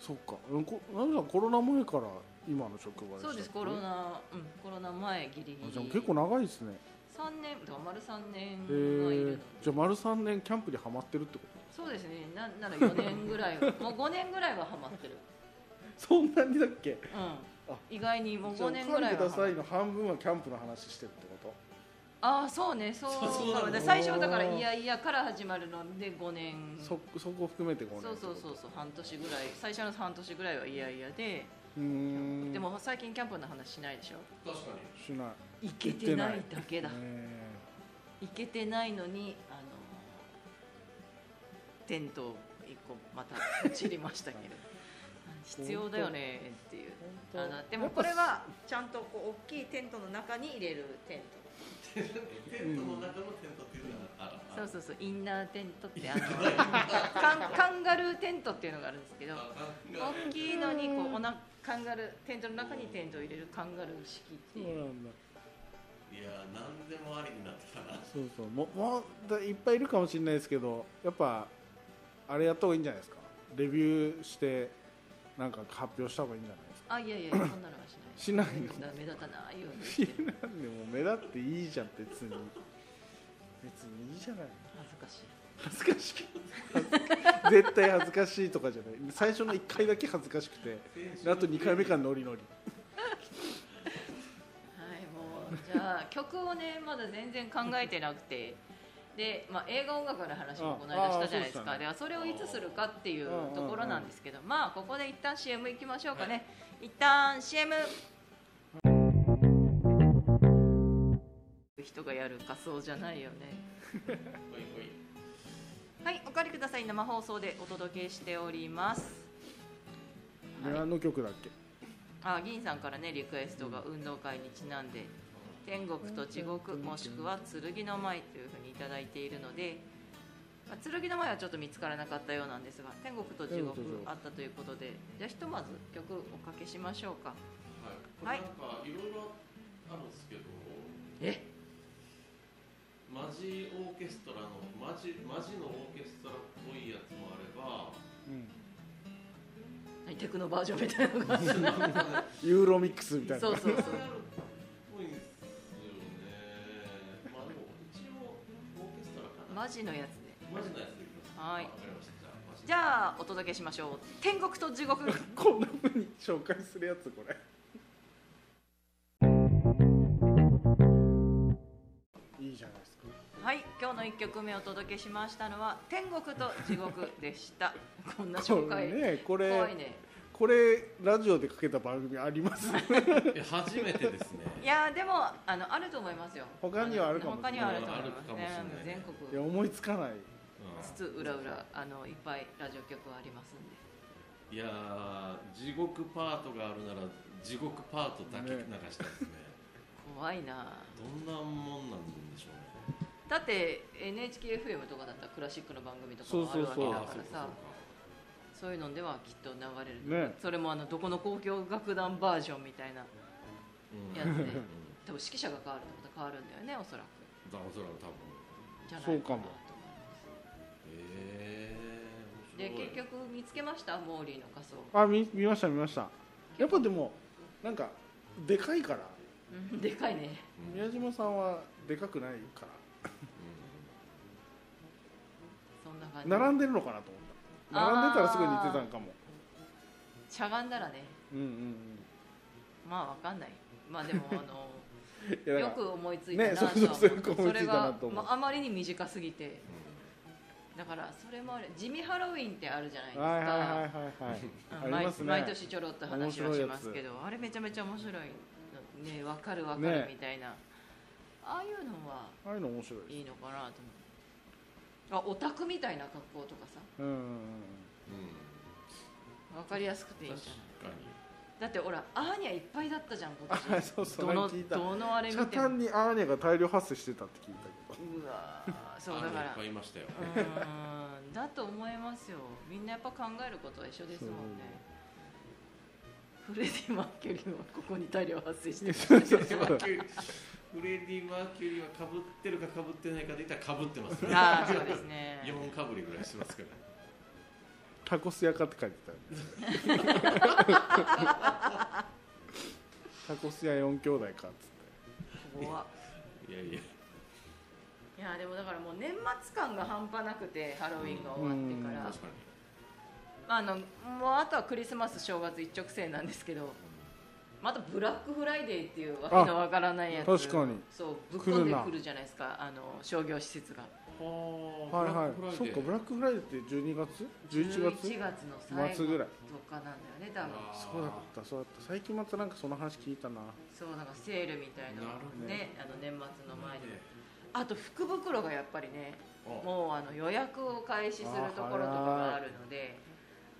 Speaker 2: そっかうんこナミさんコロナ前から今の職場でしたっけ
Speaker 1: そうですコロナうんコロナ前ギリギ
Speaker 2: あ
Speaker 1: リ
Speaker 2: じゃあ結構長いですね
Speaker 1: 3年だから丸3年
Speaker 2: へ
Speaker 1: はいるの
Speaker 2: え
Speaker 1: で
Speaker 2: じゃあ丸3年キャンプにはまってるってこと
Speaker 1: そうですねなんなら4年ぐら いはもう5年ぐらいはハマってる
Speaker 2: そんなにだっけ
Speaker 1: うん
Speaker 2: あ
Speaker 1: 意外にもう5年
Speaker 2: じゃあ
Speaker 1: ぐらい
Speaker 2: お金く
Speaker 1: は
Speaker 2: だ
Speaker 1: ハマ
Speaker 2: さ
Speaker 1: っ
Speaker 2: いの半分はキャンプの話してるってこと
Speaker 1: ああそうねそう
Speaker 4: そうそうなの
Speaker 1: だ最初はだから
Speaker 2: おー
Speaker 1: いやいやから始まるので5年
Speaker 2: そそこを含めて5年
Speaker 1: そうそうそうそう半年ぐらい最初の半年ぐらいはいやいやで、
Speaker 2: うーん
Speaker 1: でも最近キャンプの話しないでしょ
Speaker 4: 確かに
Speaker 2: しない
Speaker 1: 行けてないだけだ
Speaker 2: ねえ
Speaker 1: 行けてないのにあのテントを1個また散りましたけど 必要だよねっていう
Speaker 2: 本当
Speaker 1: あのでもこれはちゃんとこう大きいテントの中に入れるテント
Speaker 4: テントの中のテントっていうのがある
Speaker 1: そうそうそうインナーテントって あの
Speaker 4: うない
Speaker 1: カンカンガルーテントっていうのがあるんですけど
Speaker 4: あ
Speaker 1: 大きいのにこうおなカンガルーテントの中にテントを入れるカンガルー式って
Speaker 2: そう
Speaker 1: いう
Speaker 2: なんだ
Speaker 4: いやー何でもありになってきたな
Speaker 2: そうそうももうだいっぱいいるかもしれないですけどやっぱあれやった方がいいんじゃないですかレビューしてなんか発表した方がいいんじゃないですか
Speaker 1: あいやいやそんなのはしない
Speaker 2: しないの
Speaker 1: だ目立たないようにしてる
Speaker 2: なんでも目立っていいじゃん別に別にいいじゃない
Speaker 1: 恥ずかしい
Speaker 2: 恥ずかしく恥ず絶対恥ずかしいとかじゃない最初の1回だけ恥ずかしくてあと2回目からノリノリ
Speaker 1: はいもうじゃあ曲をねまだ全然考えてなくてで、まあ、映画音楽の話もこの間したじゃないですか
Speaker 2: ああそ
Speaker 1: で
Speaker 2: うで
Speaker 1: はそれをいつするかっていう
Speaker 2: うんうんうん
Speaker 1: ところなんですけどまあここで一旦 CM 行きましょうかね、一旦 CM 人がやる仮装じゃないよね
Speaker 4: ほいほい
Speaker 1: はいお借りください生放送でお届けしておりますはい
Speaker 2: 何の曲だっけ
Speaker 1: あ銀さんからねリクエストが運動会にちなんで天国と地獄もしくは剣の舞というふうにいただいているので、まあ、剣の舞はちょっと見つからなかったようなんですが天国と地獄
Speaker 2: 天国と地獄
Speaker 1: あったということでじゃあひとまず曲おかけしましょうか
Speaker 4: はい、これなんかいろいろあるんですけど
Speaker 1: え
Speaker 4: マジオーケストラのマジマジのオーケストラっぽいやつもあれば
Speaker 2: うん
Speaker 1: 何テクノバージョンみたいなのが
Speaker 4: なんかね
Speaker 2: ユーロミックスみたい な
Speaker 1: そうそうそう
Speaker 4: ぽいんですよねまあでも一応オーケストラかな
Speaker 1: マジのやつで
Speaker 4: マジのやつでいきます
Speaker 1: はい
Speaker 4: わかりましたじゃあマジ
Speaker 1: じゃあお届けしましょう天国と地獄
Speaker 2: こんなふうに紹介するやつこれいいじゃないですか
Speaker 1: はい今日の1曲目お届けしましたのは天国と地獄でした こんな紹介、
Speaker 2: これねこ
Speaker 1: 怖い
Speaker 2: れ
Speaker 1: ね
Speaker 2: これラジオでかけた番組あり ます
Speaker 4: いや初めてですね
Speaker 1: いやーでもあのあると思いますよ。
Speaker 2: 他にはあるかもしれな
Speaker 1: 他
Speaker 2: い
Speaker 1: にはあると思います
Speaker 4: あるかもしれない
Speaker 1: ね。全国
Speaker 2: いや思いつかない
Speaker 1: つつ裏裏あのいっぱいラジオ局はありますんで。
Speaker 4: いやー地獄パートがあるなら地獄パートだけ流したいですね
Speaker 1: 怖いな。
Speaker 4: どんなもんなんでしょうね
Speaker 1: だって NHKFM とかだったらクラシックの番組とか
Speaker 2: そう
Speaker 1: もあ
Speaker 2: そ
Speaker 1: る
Speaker 2: う
Speaker 1: わけ
Speaker 2: そう
Speaker 1: だ
Speaker 4: あ
Speaker 1: か
Speaker 4: ー
Speaker 1: ら
Speaker 4: う
Speaker 1: さ、そういうのではきっと流れる。
Speaker 2: ね
Speaker 1: それもあのどこの交響楽団バージョンみたいな。
Speaker 4: うん
Speaker 1: やつね
Speaker 4: うん
Speaker 1: 多分指揮者が変わるとまた変わるんだよねおそらく。
Speaker 4: だおそらく多分
Speaker 1: じゃないかなと
Speaker 2: そうか
Speaker 1: 思
Speaker 2: も
Speaker 1: いま
Speaker 4: え
Speaker 1: す。
Speaker 4: ー、
Speaker 1: で
Speaker 4: 面白い
Speaker 1: 結局見つけましたモーリーの仮装。
Speaker 2: あ見見ました見ましたやっぱでもなんかでかいから
Speaker 1: うんでかいね。
Speaker 4: うんうん
Speaker 2: 宮島さんはでかくないか
Speaker 1: そんな感じ。
Speaker 2: ら並んでるのかなと思った並んでたらすごい似てたんかも
Speaker 1: しゃがんだらね。
Speaker 2: うんうん
Speaker 1: まあわかんない。まあでもあ
Speaker 2: うん
Speaker 1: の
Speaker 2: い や
Speaker 1: よ
Speaker 2: だか
Speaker 1: く思いついたなとは
Speaker 2: ねそうそうそうよく思いついたなと
Speaker 1: それが、
Speaker 2: 思う
Speaker 1: まあ、あまりに短すぎてだからそれもあれ地味ハロウィンってあるじゃないです
Speaker 2: ら
Speaker 1: か、
Speaker 2: はいはいはいはい
Speaker 1: うん
Speaker 2: はいあり
Speaker 1: 毎
Speaker 2: ますね
Speaker 1: 毎年ちょろっと話はしますけ
Speaker 2: 面白
Speaker 1: どあれめちゃめちゃ面白いのねわかるわかる
Speaker 2: ね
Speaker 1: みたいな、ああいうのは
Speaker 2: ああいうの面白いです
Speaker 1: いいのかなと思ってあオタクみたいな格好とかさ
Speaker 2: うんうんうん
Speaker 1: わかりやすくて
Speaker 4: う
Speaker 1: い
Speaker 4: ん
Speaker 1: いん
Speaker 4: 確
Speaker 1: じゃない
Speaker 4: かに
Speaker 1: だってほらアーニャいっぱいだったじゃん今
Speaker 2: あ
Speaker 1: 年
Speaker 2: そうそう
Speaker 1: どの
Speaker 2: 聞いた
Speaker 1: どのあれ見
Speaker 2: 北
Speaker 1: ても
Speaker 2: 端にアーニャが大量発生してたって聞いたけ
Speaker 1: うわーそう
Speaker 4: あ
Speaker 1: だ
Speaker 4: の
Speaker 1: か
Speaker 4: い
Speaker 1: ら
Speaker 4: っぱいいましたよ
Speaker 1: うーんだと思いますよみんなやっぱ考えることは一緒ですもんねフレディ・マーキュリーはここに大量発生してます
Speaker 2: どそう
Speaker 4: フ
Speaker 2: そ
Speaker 4: レディ
Speaker 2: う
Speaker 4: マーキュリーフレディ・マーキュリーはかぶってるかかぶってないかで言ったらかぶってますね
Speaker 1: ああそうですね
Speaker 4: 4かぶりぐらいしてますから
Speaker 2: タコス屋かって書いてたよタコス屋4兄弟かっつって
Speaker 1: 怖っ
Speaker 4: いやいや
Speaker 1: いやでもだからもう年末感が半端なくてハロウィンが終わってか
Speaker 2: うん
Speaker 1: ら
Speaker 4: 確かに
Speaker 1: あのもうあとはクリスマス正月一直線なんですけどまたブラックフライデーっていうわけのわからないやつ
Speaker 2: 確かに
Speaker 1: そうぶっ込ん
Speaker 2: 来る
Speaker 1: で
Speaker 2: な
Speaker 1: くるじゃないですかあの商業施設が
Speaker 4: は
Speaker 2: はいは
Speaker 4: あ
Speaker 2: い
Speaker 4: ブラックフ
Speaker 2: そっ
Speaker 4: ライデー
Speaker 2: かブラックフライデーって12月11月
Speaker 1: 11月の最後
Speaker 2: 末ぐらい
Speaker 1: とかなんだよね多分
Speaker 4: あー
Speaker 2: そうだったそうだった最近またなんかその話聞いたな
Speaker 1: そうなんかセールみたいな
Speaker 4: なる
Speaker 2: ほど
Speaker 1: ねあの年末の前であと福袋がやっぱりね
Speaker 4: あ
Speaker 1: もうあの予約を開始するところとかがあるので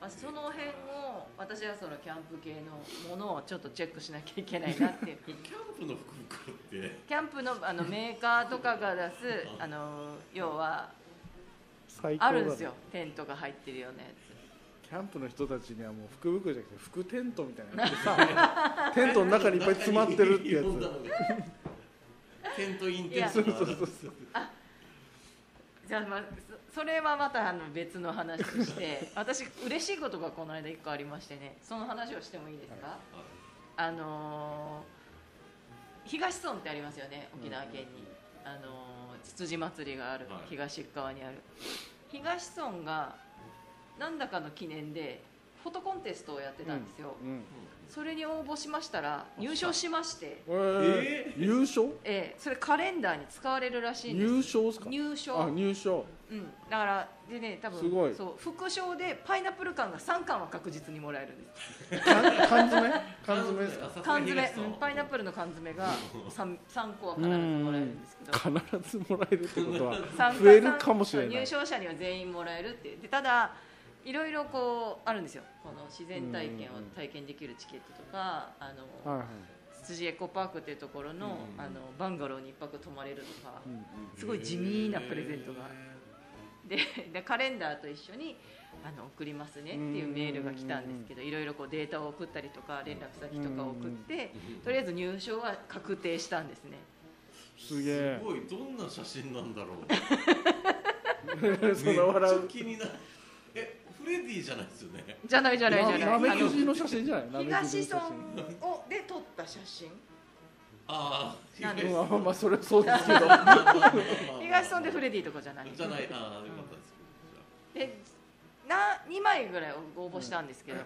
Speaker 1: まあ、その辺を私はそのキャンプ系のものをちょっとチェックしなきゃいけないなっていう
Speaker 4: キャンプの福袋って
Speaker 1: キャンプのあのメーカーとかが出すあの要は
Speaker 2: 最高
Speaker 1: あ
Speaker 2: だね
Speaker 1: るんですよテントが入ってるようなや
Speaker 2: キャンプの人たちにはもう福袋じゃなくて福テントみたいなのやってさテントの中にいっぱい詰まってるってやつ
Speaker 4: 中にいろんなのがテントインテン
Speaker 2: そ
Speaker 4: ト
Speaker 2: うそうそうそう
Speaker 1: つじゃあ、まあ、そそれはまたあの別の話として 私嬉しいことがこの間1個ありましてねその話をしてもいいですか、あのー東村ってありますよね沖縄県に、あのーつつじ祭りがある、
Speaker 4: はい
Speaker 1: 東側にある東村がなんだかの記念でフォトコンテストをやってたんですよ、
Speaker 2: うん
Speaker 1: それに応募しましたら入賞しまして、
Speaker 2: えー優勝
Speaker 1: ええ、それカレンダーに使われるらしいんです
Speaker 2: 入賞っすか
Speaker 1: 入賞
Speaker 2: あ入賞
Speaker 1: うん、だからでね多分
Speaker 2: すごい
Speaker 1: そう副賞でパイナップル缶が3缶は確実にもらえるんです
Speaker 2: 缶缶詰缶詰ですか
Speaker 1: 缶詰、うんパイナッ
Speaker 4: プ
Speaker 1: プルの缶詰 が 3, 三個は必ずもらえるんですけど
Speaker 2: 必ずもらえるってことは
Speaker 1: 参加
Speaker 2: 増えるかもしれない
Speaker 1: 入賞者には全員もらえるってでただいろいろこうあるんですよこの自然体験を体験できるチケットとかあの
Speaker 2: はいはい
Speaker 1: 辻エコパークっていうところの,、
Speaker 4: うん
Speaker 1: あのバンガローに一泊泊まれるとか
Speaker 2: う、んうん
Speaker 1: すごい地味なプレゼントがで でカレンダーと一緒にあの送りますねっていうメールが来たんですけどいろいろこうデータを送ったりとか連絡先とかを送ってとりあえず入賞は確定したんですね
Speaker 2: すげえ
Speaker 4: すごいどんな写真なんだろう
Speaker 2: そんな笑
Speaker 4: めっ
Speaker 2: う
Speaker 4: ちゃ気になるえフレディじゃないですよね
Speaker 1: じゃないじゃないじゃない
Speaker 2: なめ
Speaker 1: あ
Speaker 2: く
Speaker 1: の
Speaker 2: じの写真じゃないなめくじの
Speaker 1: 東
Speaker 2: 写真
Speaker 1: 村をで撮った写真
Speaker 4: ああ
Speaker 1: なん
Speaker 2: う
Speaker 1: で
Speaker 2: ん まあまあまあそれはそうですけど
Speaker 1: 東村でフ
Speaker 4: デ
Speaker 1: レディとかじゃない
Speaker 4: じゃないああよかったです
Speaker 1: でな2枚ぐらい応募したんですけど、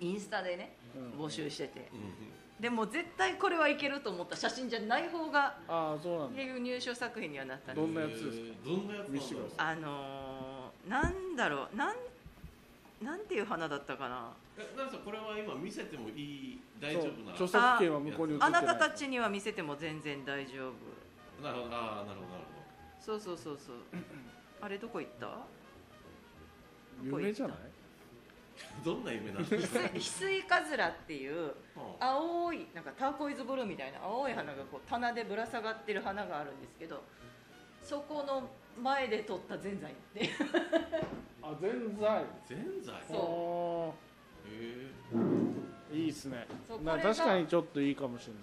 Speaker 1: インスタでね
Speaker 2: うん
Speaker 1: 募集してて
Speaker 4: うん
Speaker 1: でも絶対これはいけると思った写真じゃない方が
Speaker 2: ああそうなん
Speaker 1: っ
Speaker 2: だ
Speaker 1: ていう入賞作品にはなったん
Speaker 2: ど
Speaker 1: で
Speaker 2: んなやつです
Speaker 4: かどんなやつなん
Speaker 2: 見
Speaker 4: だ
Speaker 2: せて
Speaker 4: ろ
Speaker 2: く
Speaker 4: う
Speaker 2: ださ
Speaker 1: あのー、なんだろうなんなんていう花だったかな
Speaker 4: えなんかこれは今見せてもいい大丈夫な
Speaker 2: そう著作権は向こうに移って
Speaker 1: あ
Speaker 2: ない
Speaker 1: なたたちには見せても全然大丈夫
Speaker 4: なるほどああなるほどなる ほど
Speaker 1: そうそうそう そうあれどこ行った
Speaker 2: 夢じゃない
Speaker 4: どんな夢なんですか。
Speaker 1: 翡翠翡翠カズラっていう青いなんかターコイズブルーみたいな青い花がこう棚でぶら下がってる花があるんですけどそこの前で撮ったぜんざいっていう
Speaker 2: あ全財
Speaker 4: 全財。へ
Speaker 1: そ
Speaker 4: え。
Speaker 2: いいっすね
Speaker 1: そう
Speaker 2: な
Speaker 1: これが
Speaker 2: 確かにちょっといいかもしれない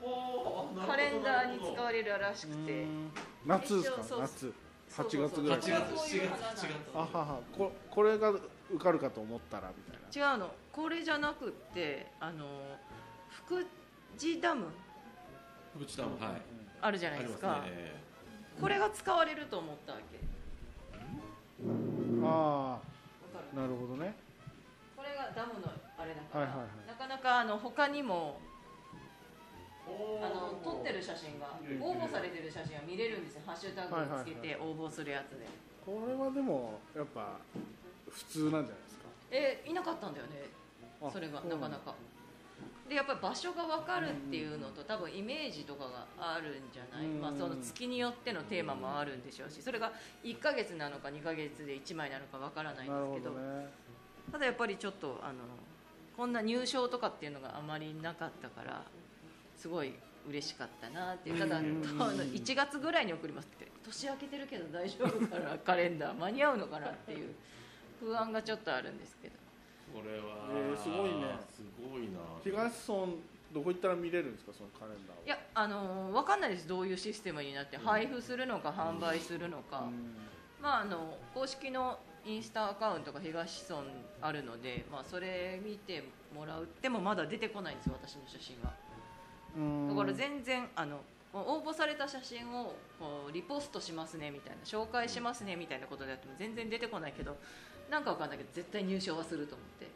Speaker 4: おー
Speaker 1: カレンダーに使われるらしく
Speaker 2: う
Speaker 1: て
Speaker 2: ん夏ですか
Speaker 1: そうそう
Speaker 2: 夏
Speaker 1: そうそうそう
Speaker 2: 8月ぐらい
Speaker 4: 八月七月八月。
Speaker 2: あははここれが受かるかと思ったらみたいな
Speaker 1: 違うのこれじゃなくってあの福地ダム
Speaker 4: うちだもんはい。
Speaker 1: あるじゃな
Speaker 4: あ
Speaker 1: い
Speaker 4: り
Speaker 1: で
Speaker 4: ますす
Speaker 1: か
Speaker 4: ね。
Speaker 1: これが使われると思ったわけわ
Speaker 2: あ
Speaker 1: かる
Speaker 2: あなるほどね
Speaker 1: これがダムのあれだから、
Speaker 2: はいはいはい
Speaker 1: なかなかあの他にも
Speaker 4: お
Speaker 1: あ
Speaker 4: ー
Speaker 1: の撮ってる。写真が
Speaker 4: 見れる
Speaker 1: 応募されてる写真が見れるんですよハッシュタグをつけ
Speaker 2: はい
Speaker 1: て応募するやつで、
Speaker 2: これはでもやっぱ普通なんじゃないですか
Speaker 1: えいなかったんだよね
Speaker 2: あ
Speaker 1: それが
Speaker 2: う
Speaker 1: なんか
Speaker 2: だ
Speaker 1: なかでやっぱり場所が分かるっていうのと多分イメージとかがあるんじゃない、
Speaker 2: うん
Speaker 1: まあ、その月によってのテーマもあるんでしょうしそれが1ヶ月なのか2ヶ月で1枚なのか分からないんで
Speaker 2: なる
Speaker 1: す
Speaker 2: ほ
Speaker 1: けど
Speaker 2: どね
Speaker 1: ただやっぱりちょっとあのこんな入賞とかっていうのがあまりなかったからすごい嬉しかったなっていうただあ
Speaker 2: うん
Speaker 1: の1月ぐらいに送りますって年明けてるけど大丈夫かなカレンダー間に合うのかなっていう不安がちょっとあるんですけど
Speaker 4: これは。
Speaker 2: えーすごいね
Speaker 4: すごいな。
Speaker 2: 東村どこ行ったら見れるんですかそのカレンダーはい
Speaker 1: やあの分かんないですどういうシステムになって配布するのか販売するのか、
Speaker 2: うん
Speaker 1: まああの公式のインスタアカウントが東村あるので、まあ、それ見てもらうでもまだ出てこないんですよ私の写真は。
Speaker 2: うん
Speaker 1: だから全然あの応募された写真をこうリポストしますねみたいな紹介しますねみたいなことでやっても全然出てこないけどなんかわかんないけど絶対入賞はすると思って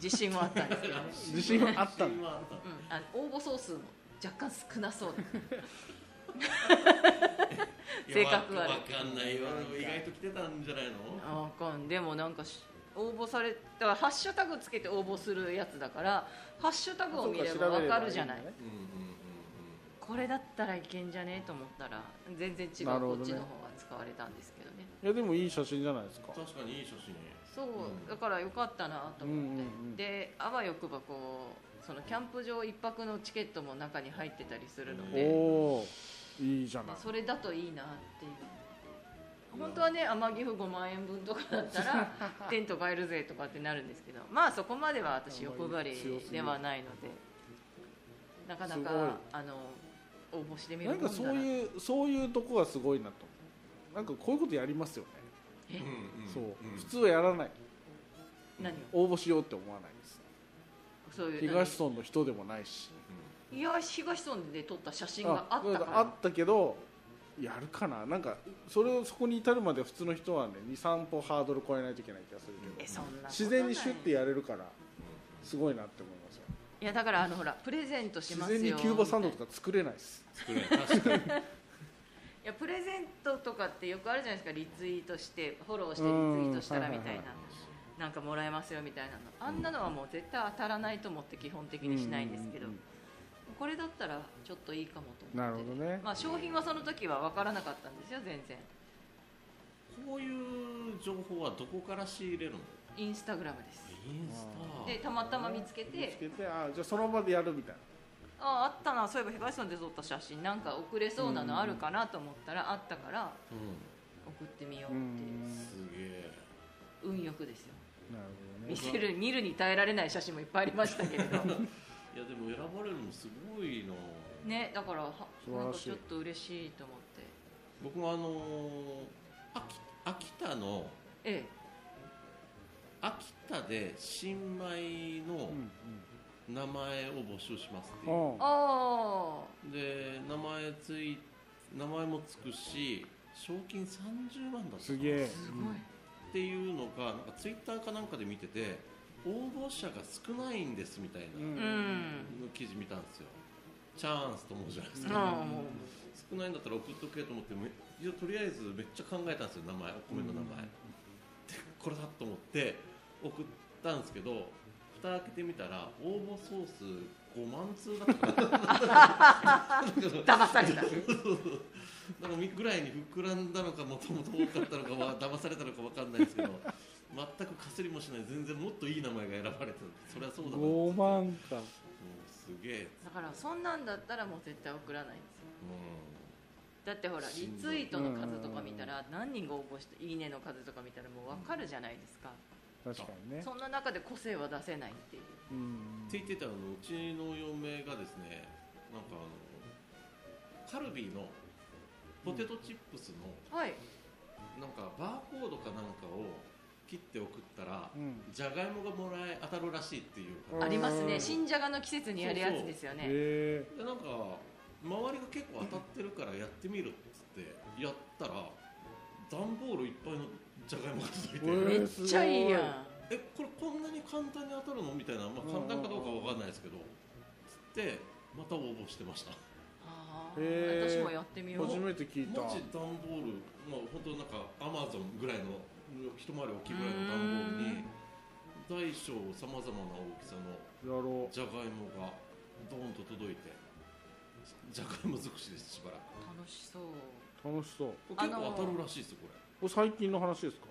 Speaker 1: 自信はあったん ですけどね、
Speaker 2: 自信はあったの
Speaker 4: 自信はあった
Speaker 1: うん、あの応募総数も若干少なそうです性格悪い
Speaker 4: いやわかんないわ。意外と来てたんじゃないの。
Speaker 1: あかんでもなんかし応募されたらハッシュタグつけて応募するやつだからハッシュタグを見ればわかるじゃない
Speaker 2: そうか調べればんだね
Speaker 4: うんうんうん
Speaker 1: これだったらいけんじゃねえと思ったら全然違う、
Speaker 2: なるほ
Speaker 1: こ
Speaker 2: どね
Speaker 1: っちの方が使われたんですけどね
Speaker 2: いやでもいい写真じゃないですか
Speaker 4: うん。確かにいい写真。
Speaker 1: そう
Speaker 4: うん
Speaker 1: だからよかったなと思って、
Speaker 2: うんうんうん
Speaker 1: であわよくばこうそのキャンプ場一泊のチケットも中に入ってたりするの
Speaker 2: お
Speaker 1: で、
Speaker 2: おーいいじゃない
Speaker 1: まあそれだといいなっていう本当はね天城府5万円分とかだった らテント買えるぜとかってなるんですけどまあそこまでは私欲張りではないのでなかな
Speaker 2: すごい
Speaker 1: かあの応募してみる
Speaker 2: な
Speaker 1: もん
Speaker 2: ん
Speaker 1: だ
Speaker 2: か
Speaker 1: な
Speaker 2: そういうそういうとこがすごいなと思うなんかこういうことやりますよね、
Speaker 1: え
Speaker 4: うんん
Speaker 2: そう、
Speaker 4: ん
Speaker 2: 普通はやらない
Speaker 1: 何を
Speaker 2: 応募しようって思わないです
Speaker 1: そういう
Speaker 2: 東村の人でもないし
Speaker 1: いや東村で撮った写真があったか
Speaker 2: あっ
Speaker 1: ら
Speaker 2: たけどやるかななんかそれをそこに至るまで普通の人はね23歩ハードル超えないといけない気がするけ
Speaker 1: えそんなこと
Speaker 2: ど
Speaker 1: ない
Speaker 2: 自然にシュッてやれるからすごいなって思いますよ
Speaker 1: いやだからあのほらプレゼントしま
Speaker 2: 自
Speaker 1: すよ
Speaker 2: 然にキューバサンドとか作れないです
Speaker 4: 作れない確かに
Speaker 1: いやプレゼントとかってよくあるじゃないですかリツイートしてフォローしてリツイートしたら
Speaker 2: うん
Speaker 1: みたい
Speaker 2: はいはい
Speaker 1: ななんかもらえますよみたいなのあんなのはもう絶対当たらないと思って基本的にしないんですけど
Speaker 2: うんうん
Speaker 1: これだったらちょっといいかもと思っ
Speaker 2: う
Speaker 1: て
Speaker 2: んなるほどね
Speaker 1: まあ、商品はその時は分からなかったんですよ全然
Speaker 4: こういう情報はどこから仕入れるの
Speaker 1: インスタグラムです
Speaker 4: インスタ
Speaker 1: でたまたま見つけ
Speaker 2: 見つ
Speaker 1: て
Speaker 2: けてあじゃあその場でやるみたい
Speaker 1: ああったなそういえば東さんで撮った写真なんか送れそうなのあるかなと思ったらあったから
Speaker 4: うん
Speaker 1: 送ってみよ
Speaker 2: な
Speaker 1: うっ
Speaker 2: うん
Speaker 1: ていう
Speaker 4: すげえ
Speaker 1: 運よくですよ
Speaker 2: なる
Speaker 1: 見せる見るに耐えられない写真もいっぱいありましたけれ ど
Speaker 4: いやでも選ばれるのすごいな
Speaker 1: ねだからは
Speaker 2: 素
Speaker 1: なん
Speaker 2: 晴ら
Speaker 1: か
Speaker 2: しい
Speaker 1: ちょっと嬉しいと思って
Speaker 4: 僕もあのー秋秋田の
Speaker 1: え
Speaker 4: 秋田で新米
Speaker 2: ほど
Speaker 4: の
Speaker 2: ね
Speaker 4: 名前を募集しますって
Speaker 2: う
Speaker 4: い
Speaker 2: んうん
Speaker 1: えあ
Speaker 4: う、で名前つい名前もつくし賞金30万だった
Speaker 2: すげえ
Speaker 1: あすごい
Speaker 4: っていうのがなんかツイッターかなんかで見てて応募者が少ないんですみたいな、
Speaker 2: うん
Speaker 1: うん、
Speaker 4: 記事見たんですよチャンスと思うじゃないです
Speaker 1: うん、
Speaker 4: か、
Speaker 1: ああもう
Speaker 4: 少ないんだったら送っとけと思ってめいやとりあえずめっちゃ考えたんですよ名前お米の名前、でこれだと思って送ったんですけど蓋開けてみたら応募総数5万通だったから
Speaker 1: 騙された
Speaker 4: なんかみぐらいに膨らんだのかもともと多かったのか は騙されたのかわかんないですけど全くかすりもしない全然もっといい名前が選ばれてるそれはそうだな
Speaker 2: 5
Speaker 4: もう
Speaker 2: 万か
Speaker 4: すげえ、
Speaker 1: だからそんなんだったらもう絶対送らないんですよ
Speaker 4: う
Speaker 1: だってほら
Speaker 4: し
Speaker 1: リ
Speaker 4: んど
Speaker 1: ツ
Speaker 4: い
Speaker 1: イートの数とか見たら何人が応募して「いいね」の数とか見たらもう分かるじゃないですか
Speaker 2: 確かにね
Speaker 1: そんな中で個性は出せないっていう
Speaker 2: うん
Speaker 4: ん、って言ってたあのうちの嫁がですねなんかあのカルビーのポテトチップスの
Speaker 1: はい
Speaker 4: なんかバーコードかなんかを切って送ったら
Speaker 2: うん
Speaker 4: じゃがいもがもらえ当たるらしいっていう
Speaker 2: うん
Speaker 1: あります
Speaker 2: う
Speaker 1: ね
Speaker 2: ん
Speaker 1: 新じゃがの季節にやるやつですよね
Speaker 2: へ
Speaker 4: でなんか周りが結構当たってるからやってみるっつってやったら段ボールいっぱいのじゃがいもが届いて、
Speaker 2: う
Speaker 1: め
Speaker 2: ん
Speaker 1: っちゃいいやん
Speaker 4: えこれこんなに簡単に当たるのみたいな、まあ、簡単かどうかわかんないですけどつってまた応募してました
Speaker 1: あ
Speaker 2: へ
Speaker 1: ー
Speaker 2: ー
Speaker 1: 私もやってみ
Speaker 2: え
Speaker 1: よう
Speaker 2: 初めて聞いた
Speaker 4: 文字段ボールまあ本当なんかアマゾンぐらいの一回り大きいぐらいの段ボールに大小さまざまな大きさの
Speaker 2: やろ
Speaker 4: じゃがいもがドーンと届いてじゃがいも尽くしですしばらく
Speaker 1: 楽しそう
Speaker 2: う楽しそう
Speaker 4: こ
Speaker 1: あ
Speaker 4: れ
Speaker 1: の
Speaker 4: 結構当たるらしいですよこれ
Speaker 2: これ最近の話ですか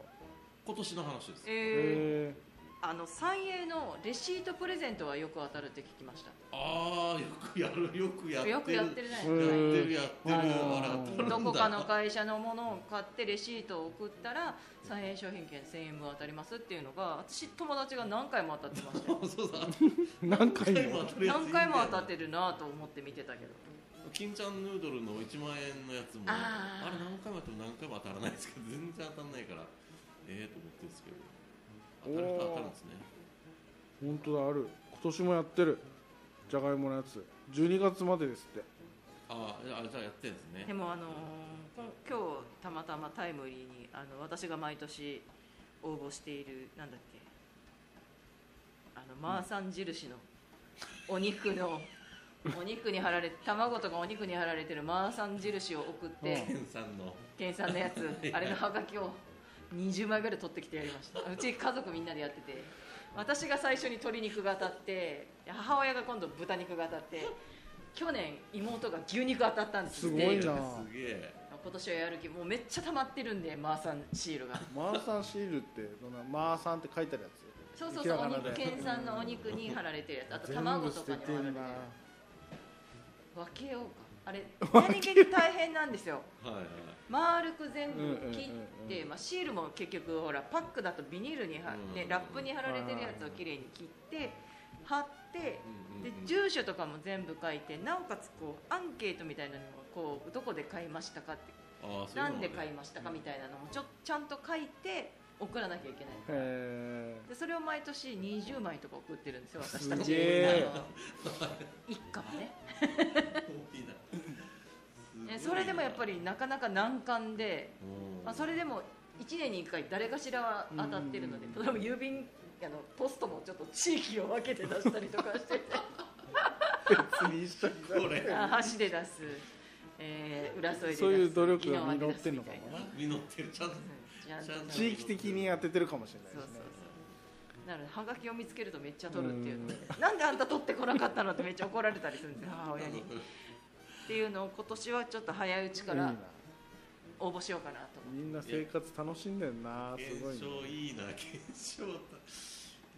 Speaker 4: 今年の話です
Speaker 1: えー、
Speaker 2: へ
Speaker 1: あの三栄のレシートプレゼントはよく当たるって聞きまし
Speaker 4: ああよくやるよくやったてる
Speaker 1: よくやってるじゃない
Speaker 2: へ
Speaker 1: ですか
Speaker 2: ー
Speaker 4: やってるやってる
Speaker 1: あの
Speaker 4: あら当たるんだ
Speaker 1: どこかの会社のものを買ってレシートを送ったら三円商品券1000円分当たりますっていうのが私友達が何回も当たってました よ
Speaker 4: そうだ
Speaker 2: え何
Speaker 4: 何
Speaker 2: 回
Speaker 4: 回
Speaker 2: も
Speaker 4: も当たるやついい
Speaker 1: 何
Speaker 4: んだ
Speaker 1: 回
Speaker 4: よ
Speaker 1: も当たってるなと思って見てたけど
Speaker 4: 金ちゃんヌードルの1万円のやつも
Speaker 1: あ
Speaker 4: あ
Speaker 1: ー
Speaker 4: れ何回もやっても何回も当たらないですけど全然当たらないからええと思ってるんですけど当たる人は当たるんですね
Speaker 2: 本当だある今年もやってるじゃがいものやつ12月までですって
Speaker 4: あーあじゃあやってるんですね
Speaker 1: でもあのー今日たまたまタイムリーにあの私が毎年応募しているなんだっけあのマーサン印のお肉 のお肉に貼られ卵とかお肉に貼られてるマーサン印を送って、
Speaker 2: うん
Speaker 4: 健さんの
Speaker 1: ケンさんのや つあれのハガキを20枚ぐらい取ってきてやりましたうち家族みんなでやってて私が最初に鶏肉が当たって母親が今度豚肉が当たって去年妹が牛肉当たったんです
Speaker 2: すごいな
Speaker 1: 今
Speaker 2: あ
Speaker 4: すげえ
Speaker 1: 今年はやる気もうめっちゃ溜まってるんでマーさんシールが
Speaker 2: マーサンシールってどんなマーサンって書いてあるやつ
Speaker 1: そうそうそうお
Speaker 2: ひらがな
Speaker 1: 肉
Speaker 2: で
Speaker 1: 県産のお肉に貼られてるやつあと
Speaker 2: 全
Speaker 1: 卵
Speaker 2: 部
Speaker 1: と
Speaker 2: 捨
Speaker 1: か
Speaker 2: て
Speaker 1: にも貼ら
Speaker 2: て
Speaker 1: れ
Speaker 2: ん
Speaker 1: て
Speaker 2: な
Speaker 1: る分けようかあれ何気に大変なんですよ
Speaker 4: はいはい
Speaker 1: 丸く全部切
Speaker 2: うん
Speaker 1: っ
Speaker 2: うんうんう
Speaker 1: て、まあ、シールも結局ほらパックだとビニールに貼
Speaker 4: うんうん
Speaker 1: ね
Speaker 4: うん
Speaker 1: ラップに貼られてるやつをきれいに切って貼って
Speaker 4: うんうんう
Speaker 1: で
Speaker 4: ん
Speaker 1: 住所とかも全部書いてなおかつこうアンケートみたいなのもこうどこで買いましたかって
Speaker 4: ああそうい
Speaker 1: な
Speaker 4: うのも
Speaker 1: ん
Speaker 4: ね
Speaker 1: で買いましたかみたいなのもちょちゃんと書いて送らなきゃいけないから
Speaker 2: へ
Speaker 1: でそれを毎年20枚とか送ってるんですよ私
Speaker 2: す
Speaker 1: たち
Speaker 2: げえ
Speaker 1: あの一家はね
Speaker 4: いいな
Speaker 1: えそれでもやっぱ、りなかなか難関で
Speaker 4: すごいなうん
Speaker 1: まあ、それでも1年に1回誰かしらは当たってるので例えば郵便あのポストもちょっと地域を分けて出したりとか してて
Speaker 2: え 釣り一緒に
Speaker 4: これ
Speaker 1: あ箸で出す、えー、裏添えで出す
Speaker 2: そういう努力
Speaker 1: 宜野
Speaker 2: が
Speaker 1: 湾で
Speaker 2: 実
Speaker 1: 出
Speaker 2: っ
Speaker 1: す
Speaker 2: てん
Speaker 1: み
Speaker 2: のか
Speaker 1: たいな
Speaker 2: もな
Speaker 4: 実ってるちゃんと
Speaker 1: うんちゃんと
Speaker 2: 地域的に当ててるかもしれない
Speaker 1: そう
Speaker 2: で
Speaker 1: そうそ
Speaker 2: すね
Speaker 1: うなのでハガキを見つけるとめっちゃ取るっていうのでなんであんた取ってこなかったのってめっちゃ怒られたりするんですよ母親にっていうのを今年はちょっと早いうちか
Speaker 2: いい
Speaker 1: ら
Speaker 2: な
Speaker 1: 応募しようかなと思って
Speaker 2: みんな生活楽しんでんなすごい
Speaker 4: 検
Speaker 2: な
Speaker 4: 証いいな検証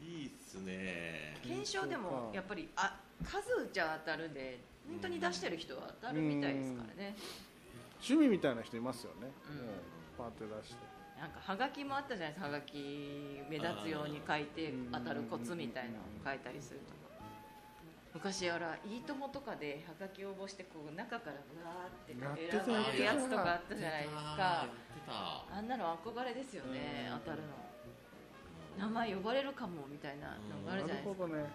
Speaker 4: いいっすね
Speaker 1: 検証でもやっぱりあ数打ちゃ当たるで本当に出してる人は当たるみたいですからね
Speaker 2: 趣味みたいな人いますよね
Speaker 1: うん
Speaker 2: もうパーって出して
Speaker 1: なんかはがきもあったじゃないですかはがき目立つように書いて
Speaker 2: うん
Speaker 1: 当たるコツみたいなのを書いたりするとか昔やら「いいとも!」とかではがき応募してこう中からうわーって選ぶ
Speaker 2: やってた
Speaker 1: やつとかあったじゃないです
Speaker 4: や
Speaker 1: か
Speaker 4: ってた
Speaker 1: あんなの憧れですよね
Speaker 2: うん
Speaker 1: 当たるの名前呼ばれるかもみたいなのがあ
Speaker 2: な
Speaker 1: る
Speaker 2: る
Speaker 1: じゃないです
Speaker 2: ほ
Speaker 1: か
Speaker 2: どね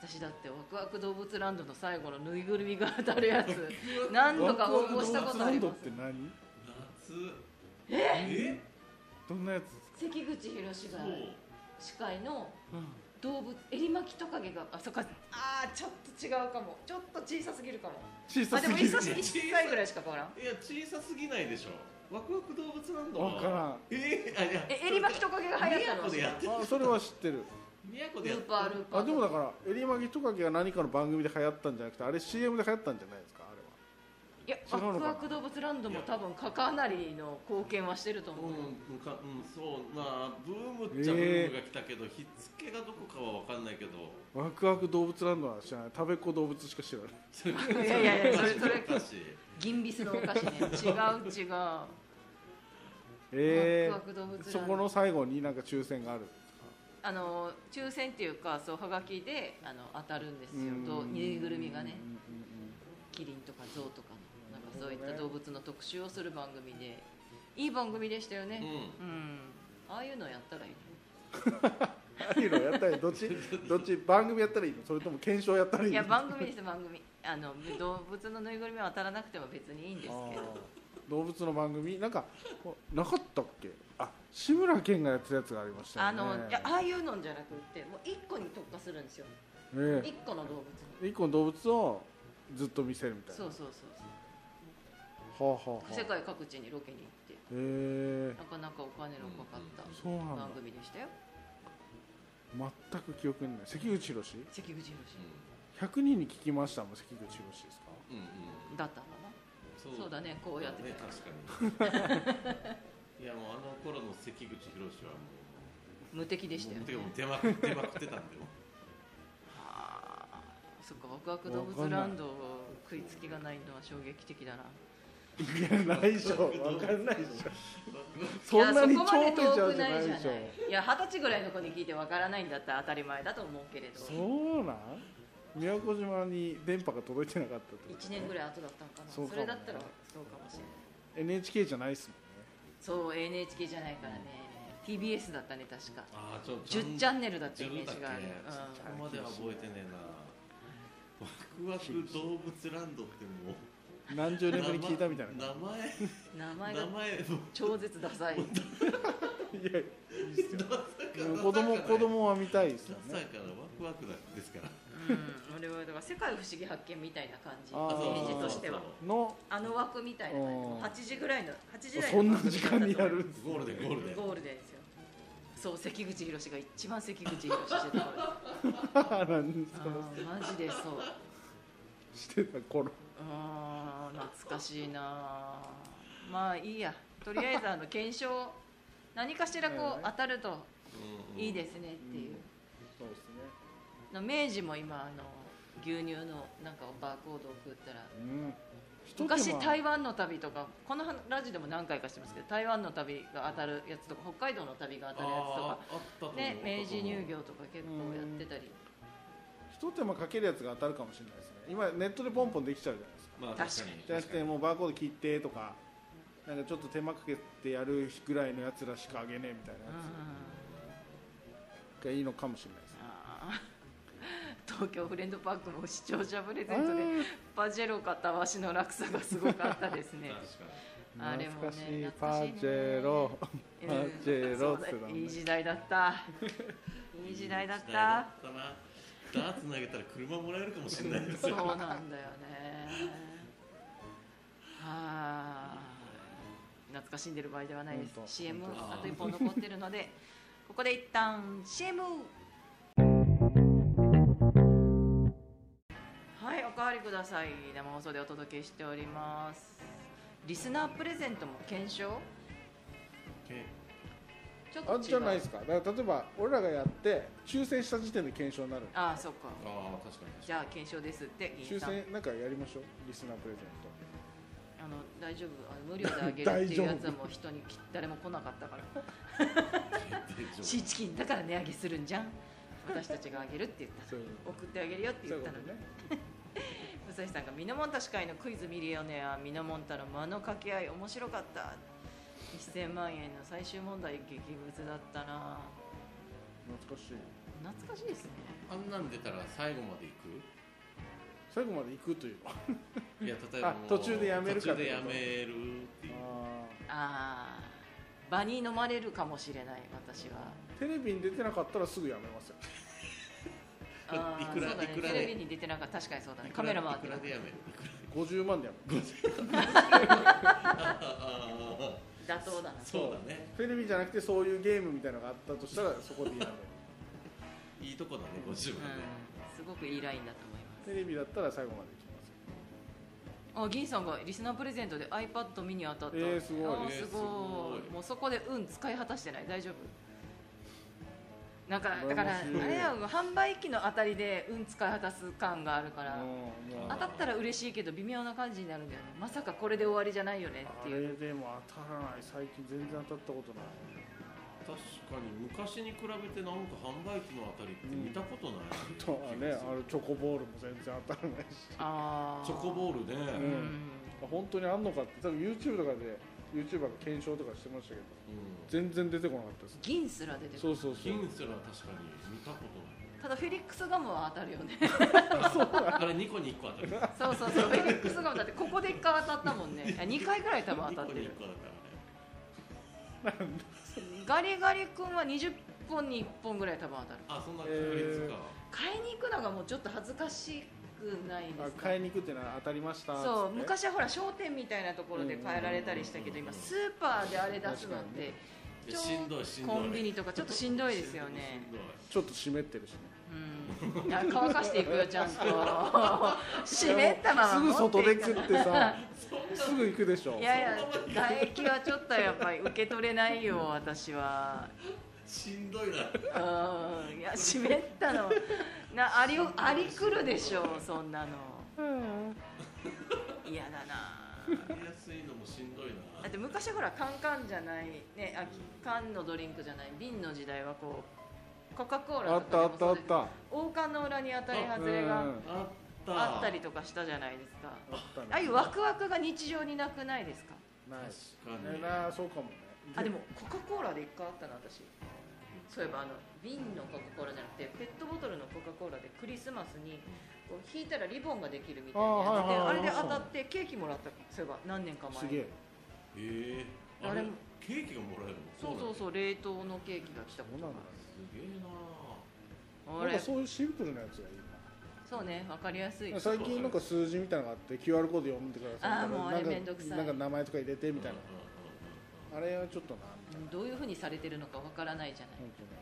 Speaker 1: 私だってワクワク動物ランドの最後のぬいぐるみが当たるやつ何度か応募したことあり
Speaker 2: ワクワク動物ランド
Speaker 1: ま
Speaker 2: って何
Speaker 4: 夏え
Speaker 2: どんなやつ
Speaker 1: す 関口宏
Speaker 4: そ
Speaker 1: が
Speaker 4: う
Speaker 1: 司会の動物エリマキトカゲがあそっかあーちょっと違うかもちょっと小さすぎるかも
Speaker 2: 小
Speaker 1: あ
Speaker 2: さ
Speaker 1: ですも
Speaker 2: ぎ
Speaker 1: 一
Speaker 2: る
Speaker 1: 歳一歳ぐらいしか変わらん
Speaker 4: いや小さすぎないでしょワクワク動物なんだ
Speaker 2: わからん
Speaker 4: えあいや
Speaker 1: えエリマキトカゲが流行ったの
Speaker 4: 宮古でやって
Speaker 2: あそれは知ってる
Speaker 4: 宮古で
Speaker 1: ルー
Speaker 4: やって
Speaker 1: パールーパー
Speaker 2: あでもだからエリマギトカゲが何かの番組で流行ったんじゃなくてあれ CM で流行ったんじゃないですかあれはい
Speaker 1: や
Speaker 2: 違う
Speaker 1: ワ
Speaker 2: のかな
Speaker 1: クワク動物ランドも多分かかなりの貢献はしてると
Speaker 4: う
Speaker 1: 思う、
Speaker 4: ん、かうん、そうまあブームっちゃブームが来たけど、ひっつけがどこかは分かんないけど
Speaker 2: ワクワク動物ランドは知らない食べっ子動物しか 知らない
Speaker 1: いやいやいやそれそれ
Speaker 4: だし
Speaker 1: 銀ビスのお菓子ね違う違う、
Speaker 2: え
Speaker 1: ワクワク動物ラン
Speaker 2: ー、
Speaker 1: ド
Speaker 2: そこの最後になんか抽選がある
Speaker 1: あの抽選っていうかそうはがきであの当たるんですよとぬいぐるみがねキリンとかゾウとかのなんかそういった動物の特集をする番組でいい番組でしたよ
Speaker 4: う
Speaker 1: ね
Speaker 4: ん
Speaker 1: うん、ああいうのやったらいいね
Speaker 2: 何のやったらいいどっちどっち番組やったらいいのそれとも検証やったらいいの
Speaker 1: いや番組です番組あの動物のぬいぐるみは当たらなくても別にいいんですけ
Speaker 2: あ
Speaker 1: ど
Speaker 2: ー動物の番組なんかこうなかったっけあ志村けんがやってたやつがありました
Speaker 1: あ
Speaker 2: よね
Speaker 1: のいやああいうのんじゃなくってもう1個に特化するんですよ
Speaker 2: え
Speaker 1: 1個の動物に
Speaker 2: え一個の動物をずっと見せるみたいな
Speaker 1: そうそうそう
Speaker 2: はあ、はあは
Speaker 1: そう
Speaker 2: あ、
Speaker 1: 世界各地にロケに行って
Speaker 2: えー、
Speaker 1: なかなかお金のかかっ
Speaker 2: そうな
Speaker 1: た
Speaker 2: んだ
Speaker 1: 番組でしたよ
Speaker 2: 全く記憶にない関口
Speaker 1: 関
Speaker 2: 宏
Speaker 1: 口宏
Speaker 2: 100人に聞きましたもん関口宏ですか
Speaker 4: うんうん
Speaker 1: だったのか
Speaker 4: そ
Speaker 1: なそうだねこうやって
Speaker 4: ね
Speaker 1: た
Speaker 4: 確かにいやもうあの頃の関口宏はもう
Speaker 1: 無敵でしたよね
Speaker 4: もう出まく出まくってたんでも
Speaker 1: あーそっかワクワク動物ランド食いつきがないのは衝撃的だない
Speaker 2: やないでしょ分かんないでしょそんなに
Speaker 1: いやそこまで
Speaker 2: 超
Speaker 1: 遠
Speaker 2: ちゃう
Speaker 1: く
Speaker 2: じゃ
Speaker 1: な
Speaker 2: な
Speaker 1: い
Speaker 2: い
Speaker 1: じゃ
Speaker 2: で
Speaker 1: ない
Speaker 2: しょ
Speaker 1: いや二十歳ぐらいの子に聞いてわからないんだったら当たり前だと思うけれど
Speaker 2: そうなん宮古島に電波が届いてなかったってこと
Speaker 1: 1年ぐらい後だったのかな
Speaker 2: そ
Speaker 1: そう
Speaker 2: かも
Speaker 1: れだったらそうかもしれない
Speaker 2: NHK じゃないっすもんね
Speaker 1: そう NHK じゃないからね TBS だったね確か
Speaker 4: ああちょっと
Speaker 1: 10チャンネルだったイメ
Speaker 4: 自
Speaker 1: ー
Speaker 4: 分だっ
Speaker 1: ジ
Speaker 4: け
Speaker 1: がある
Speaker 4: そこまでは覚えてねえなワクワク動物ランドってもう
Speaker 2: 何十年ぶりに聞いたみたいな
Speaker 4: 名前
Speaker 1: うん名前が
Speaker 4: 名前
Speaker 1: 超絶ダサい
Speaker 2: いやいいっすよでも
Speaker 4: も
Speaker 2: 子供子供は見たいです
Speaker 4: さ
Speaker 2: よ
Speaker 4: さ
Speaker 2: ね
Speaker 4: やからワクワクですから
Speaker 1: うん俺はだから世界不思議発見みたいな感じイ
Speaker 2: あ
Speaker 1: メ
Speaker 2: ー
Speaker 1: ージとしては
Speaker 2: の
Speaker 1: あの枠みたいな感じもう8時ぐらいの8時台の
Speaker 2: そんな時間にやるんです
Speaker 4: ゴールデンゴールデン
Speaker 1: ゴールデンですよそう関口宏が一番関口宏してた頃です
Speaker 2: なんです
Speaker 1: あ
Speaker 2: か
Speaker 1: ーマジでそう
Speaker 2: してた頃
Speaker 1: あー懐かしいなあまあいいやとりあえずあの検証何かしら
Speaker 2: だよ
Speaker 1: こ
Speaker 2: ね
Speaker 1: う当たると
Speaker 4: うん
Speaker 1: いいですねっていう、
Speaker 2: そうですね
Speaker 1: の明治も今あの牛乳のなんかバーコードを送ったら
Speaker 2: うん一手間
Speaker 1: 昔台湾の旅とかこのラジオでも何回かしてますけど台湾の旅が当たるやつとか北海道の旅が当たるやつと
Speaker 4: あ
Speaker 1: か
Speaker 4: ーあったと思う
Speaker 1: ね明治乳業とか結構やってたり
Speaker 2: 一手間かけるやつが当たるかもしれないですね今ネットでポンポンできちゃうじゃないですか
Speaker 4: まあ
Speaker 1: 確
Speaker 4: 確
Speaker 1: か
Speaker 4: か
Speaker 1: に
Speaker 4: に
Speaker 2: じゃなくてもうバーコード切ってとかなんかちょっと手間かけてやるぐらいのやつらしかあげねえみたいな
Speaker 1: うん
Speaker 2: やつがいいのかもしれないですね
Speaker 1: あー東京フレンドパークも視聴者プレゼ
Speaker 2: あ
Speaker 1: ントでパジェロ買ったわしの落差がすごかったですね
Speaker 4: 確かに
Speaker 1: あ
Speaker 2: ー
Speaker 1: れもね
Speaker 2: 懐かしい
Speaker 1: 懐
Speaker 2: パ
Speaker 1: かしいね
Speaker 2: ジェロ
Speaker 1: うん
Speaker 2: パジェロっ
Speaker 1: そ
Speaker 2: て
Speaker 1: うだ
Speaker 2: なんだ
Speaker 1: いい時代だったいい時代だった
Speaker 4: いい時代だったなダーツ投げたら車もらえるかもしれないです
Speaker 1: そう
Speaker 4: よ
Speaker 1: なんだよねはあ懐かしんでる場合ではないです
Speaker 2: 本当
Speaker 1: CM
Speaker 2: 本
Speaker 4: 当
Speaker 1: あと1本残ってるので ここで一旦 CM はいおかわりください生放送でお届けしておりますリスナープレゼントも検証
Speaker 4: け
Speaker 1: ちょっと違
Speaker 2: あ
Speaker 1: う
Speaker 2: じゃないですかだから例えば俺らがやって抽選した時点で検証になる
Speaker 1: ああそっか
Speaker 4: ああ確かに
Speaker 1: じゃあ検証ですって議
Speaker 2: 抽
Speaker 1: 員さん
Speaker 2: 選なんかやりましょうリスナープレゼント
Speaker 1: あの大丈夫あの無料であげるっていうやつはもう人にき誰も来なかったから
Speaker 4: 大 丈夫
Speaker 1: シーチキンだから値上げするんじゃん私たちがあげるって言った
Speaker 2: そういうこ
Speaker 1: 送ってあげるよって
Speaker 2: とそ
Speaker 1: 言った
Speaker 2: ういうこ
Speaker 1: の
Speaker 2: と
Speaker 1: に
Speaker 2: ね
Speaker 1: 武蔵さんが「ミノモンタ司会のクイズミリオネアミノモンタの間の掛け合い面白かった」1000万円の最終問題激ムズだったな
Speaker 2: 懐かしい
Speaker 1: 懐かしいですね
Speaker 4: あんなん出たら最後まで行く
Speaker 2: 最後まで行くというあ
Speaker 4: いや例えばもう
Speaker 2: あ途中でやめるか
Speaker 4: 途
Speaker 2: ってこと
Speaker 4: 中でやめるっていう
Speaker 1: あー場に飲まれるかもしれない私は
Speaker 2: ーテレビに出てなかったらすぐやめますよ
Speaker 1: あー
Speaker 4: いくら
Speaker 1: そうだね
Speaker 4: いくら
Speaker 1: テ
Speaker 4: で
Speaker 1: レビに出てなんかった確かにそうだね
Speaker 4: いくら
Speaker 1: カメラ回って
Speaker 4: いく
Speaker 1: な
Speaker 4: ら
Speaker 1: い
Speaker 4: でやめるいくら
Speaker 2: 50万でやめます
Speaker 4: ああああ
Speaker 1: 妥当だな
Speaker 4: そうだね
Speaker 2: テレビじゃなくてそういうゲームみたいなのがあったとしたらそこでやめる
Speaker 4: いいとこだね50
Speaker 1: うん
Speaker 4: 万ね
Speaker 1: すごくいいラインだと思います
Speaker 2: テレビだったら最後まで行きますよ
Speaker 1: あ銀さんがリスナープレゼントで iPad ミニ当たった、
Speaker 2: えーすごい
Speaker 1: あー
Speaker 4: えー
Speaker 1: すごい
Speaker 4: すごい
Speaker 1: もうそこで運使い果たしてない大丈夫なんか
Speaker 2: 羨ましい
Speaker 1: だからあれや販売機の当たりで運使い果たす感があるから
Speaker 2: うんもう
Speaker 1: 当たったら嬉しいけど微妙な感じになるんだよねまさかこれで終わりじゃないよねっ
Speaker 2: あ
Speaker 1: て
Speaker 2: れ
Speaker 1: いう
Speaker 2: でも当たらない最近全然当たったことない
Speaker 4: 確かに昔に比べてなんか販売機のあたりって見たことない気
Speaker 2: とはね
Speaker 4: がす
Speaker 2: あ
Speaker 4: る
Speaker 2: のチョコボールも全然当たらないし
Speaker 1: あー
Speaker 4: チョコボールね
Speaker 1: う
Speaker 2: うんん本当にあんのかって多分 YouTube とかで YouTuber が検証とかしてましたけど
Speaker 4: うん
Speaker 2: 全然出てこなかったです
Speaker 1: 銀すら出てく
Speaker 2: そ
Speaker 1: る
Speaker 2: うそうそう
Speaker 4: 金すら確かに見たこと
Speaker 1: ただフェリックスガムは当たるよね
Speaker 4: ないあれ2個に1個当たる
Speaker 1: そうそうそうフェリックスガムだってここで1回当たったもんね2回ぐらい多分当たって
Speaker 4: 2
Speaker 1: る
Speaker 4: 個に1個だからね
Speaker 1: ガリガリ君は20本に1本ぐらい多分当たる
Speaker 4: あそんな確率か、
Speaker 1: 買いに行くのがもうちょっと恥ずかしくないです
Speaker 2: あ
Speaker 1: か
Speaker 2: 買いに行くってのは当たりました
Speaker 1: そう
Speaker 2: っつって
Speaker 1: 昔はほら商店みたいなところで買えられたりしたけど今スーパーであれ出すのっ
Speaker 2: 確かに
Speaker 1: て
Speaker 4: いやしんどいしんどい
Speaker 1: コンビニとかちょっとしんどいですよね
Speaker 4: しんどい
Speaker 2: ちょっと湿ってるしね
Speaker 1: うんいや乾かしていくよちゃん と湿ったまます
Speaker 2: ぐ
Speaker 1: 持って
Speaker 2: 外
Speaker 1: いく
Speaker 2: で食っ てさすぐ行くでしょ
Speaker 1: いやいや唾液はちょっとやっぱり受け取れないよ私は
Speaker 4: しんどいな
Speaker 1: うんいや湿ったのなありをありくるでしょうそんなの
Speaker 2: うん
Speaker 1: 嫌だな
Speaker 4: やりやすいのもしんどいな
Speaker 1: だって昔ほらカンカンじゃないねあ缶のドリンクじゃない瓶の時代はこうコカ・コー
Speaker 2: あ
Speaker 1: ラ
Speaker 2: っ
Speaker 1: と
Speaker 2: たあ
Speaker 1: かでもそう
Speaker 2: ったあっ
Speaker 1: です
Speaker 2: た
Speaker 1: 王冠の裏に当たり外れが
Speaker 2: うん
Speaker 4: あった
Speaker 1: あったりとかしたじゃないですか
Speaker 2: あったね
Speaker 1: ああいうワクワクが日常になくないですか
Speaker 2: ない
Speaker 4: 確かに
Speaker 2: ねなそうかもね
Speaker 1: あでもコカ・コーラで一回あったな私そういえばあの瓶のコカ・コーラじゃなくてペットボトルのコカ・コーラでクリスマスにこう引いたらリボンができるみたいなやつで
Speaker 2: あー
Speaker 1: あ
Speaker 2: はいはいはい
Speaker 1: れで当たってケーキもらったそういえば何年か前
Speaker 2: すげえ
Speaker 4: ええ
Speaker 1: あ
Speaker 4: あ
Speaker 1: れ
Speaker 4: れ
Speaker 1: も
Speaker 4: ケーキがもらえるの
Speaker 1: そうそう
Speaker 4: う
Speaker 1: そう冷凍のケーキが来た
Speaker 2: そ
Speaker 1: こ
Speaker 2: う
Speaker 1: とが
Speaker 2: なんだ
Speaker 4: すげえな
Speaker 1: あ
Speaker 2: なん
Speaker 1: れ
Speaker 2: かそういうシンプルなやつがいいな
Speaker 1: そうね、わかりやすい。
Speaker 2: 最近なんか数字みたいなのがあって QR コード読んでください
Speaker 1: あーもうあれ
Speaker 2: なんか
Speaker 1: めんどくさい
Speaker 2: なんか名前とか入れてみたいな、
Speaker 4: うんうん
Speaker 2: あれはちょっとなみたいな
Speaker 1: どういう風にされてるのかわからないじゃない。
Speaker 2: 本当ね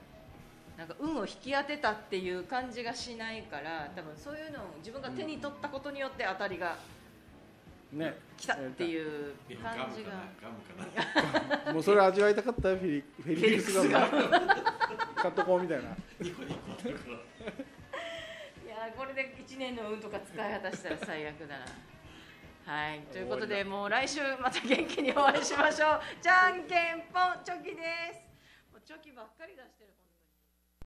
Speaker 1: なんか運を引き当てたっていう感じがしないから、多分そういうのを自分が手に取ったことによって当たりが
Speaker 2: ね
Speaker 1: 来たっていう
Speaker 4: いやガ
Speaker 1: 感
Speaker 4: ム
Speaker 1: じ
Speaker 4: か
Speaker 1: が
Speaker 4: なガムかな
Speaker 2: もうそれ味わいたかったよフェリフェリックスガム
Speaker 1: フェリ
Speaker 2: 買っとこうみたいな
Speaker 4: ニコニコだから
Speaker 1: いやーこれで1年の運とか使い果たしたら最悪だな。はい、ということでもう来週また元気にお会いしましょう。じゃんけんぽんチョキです。もうチョキばっかり出してる。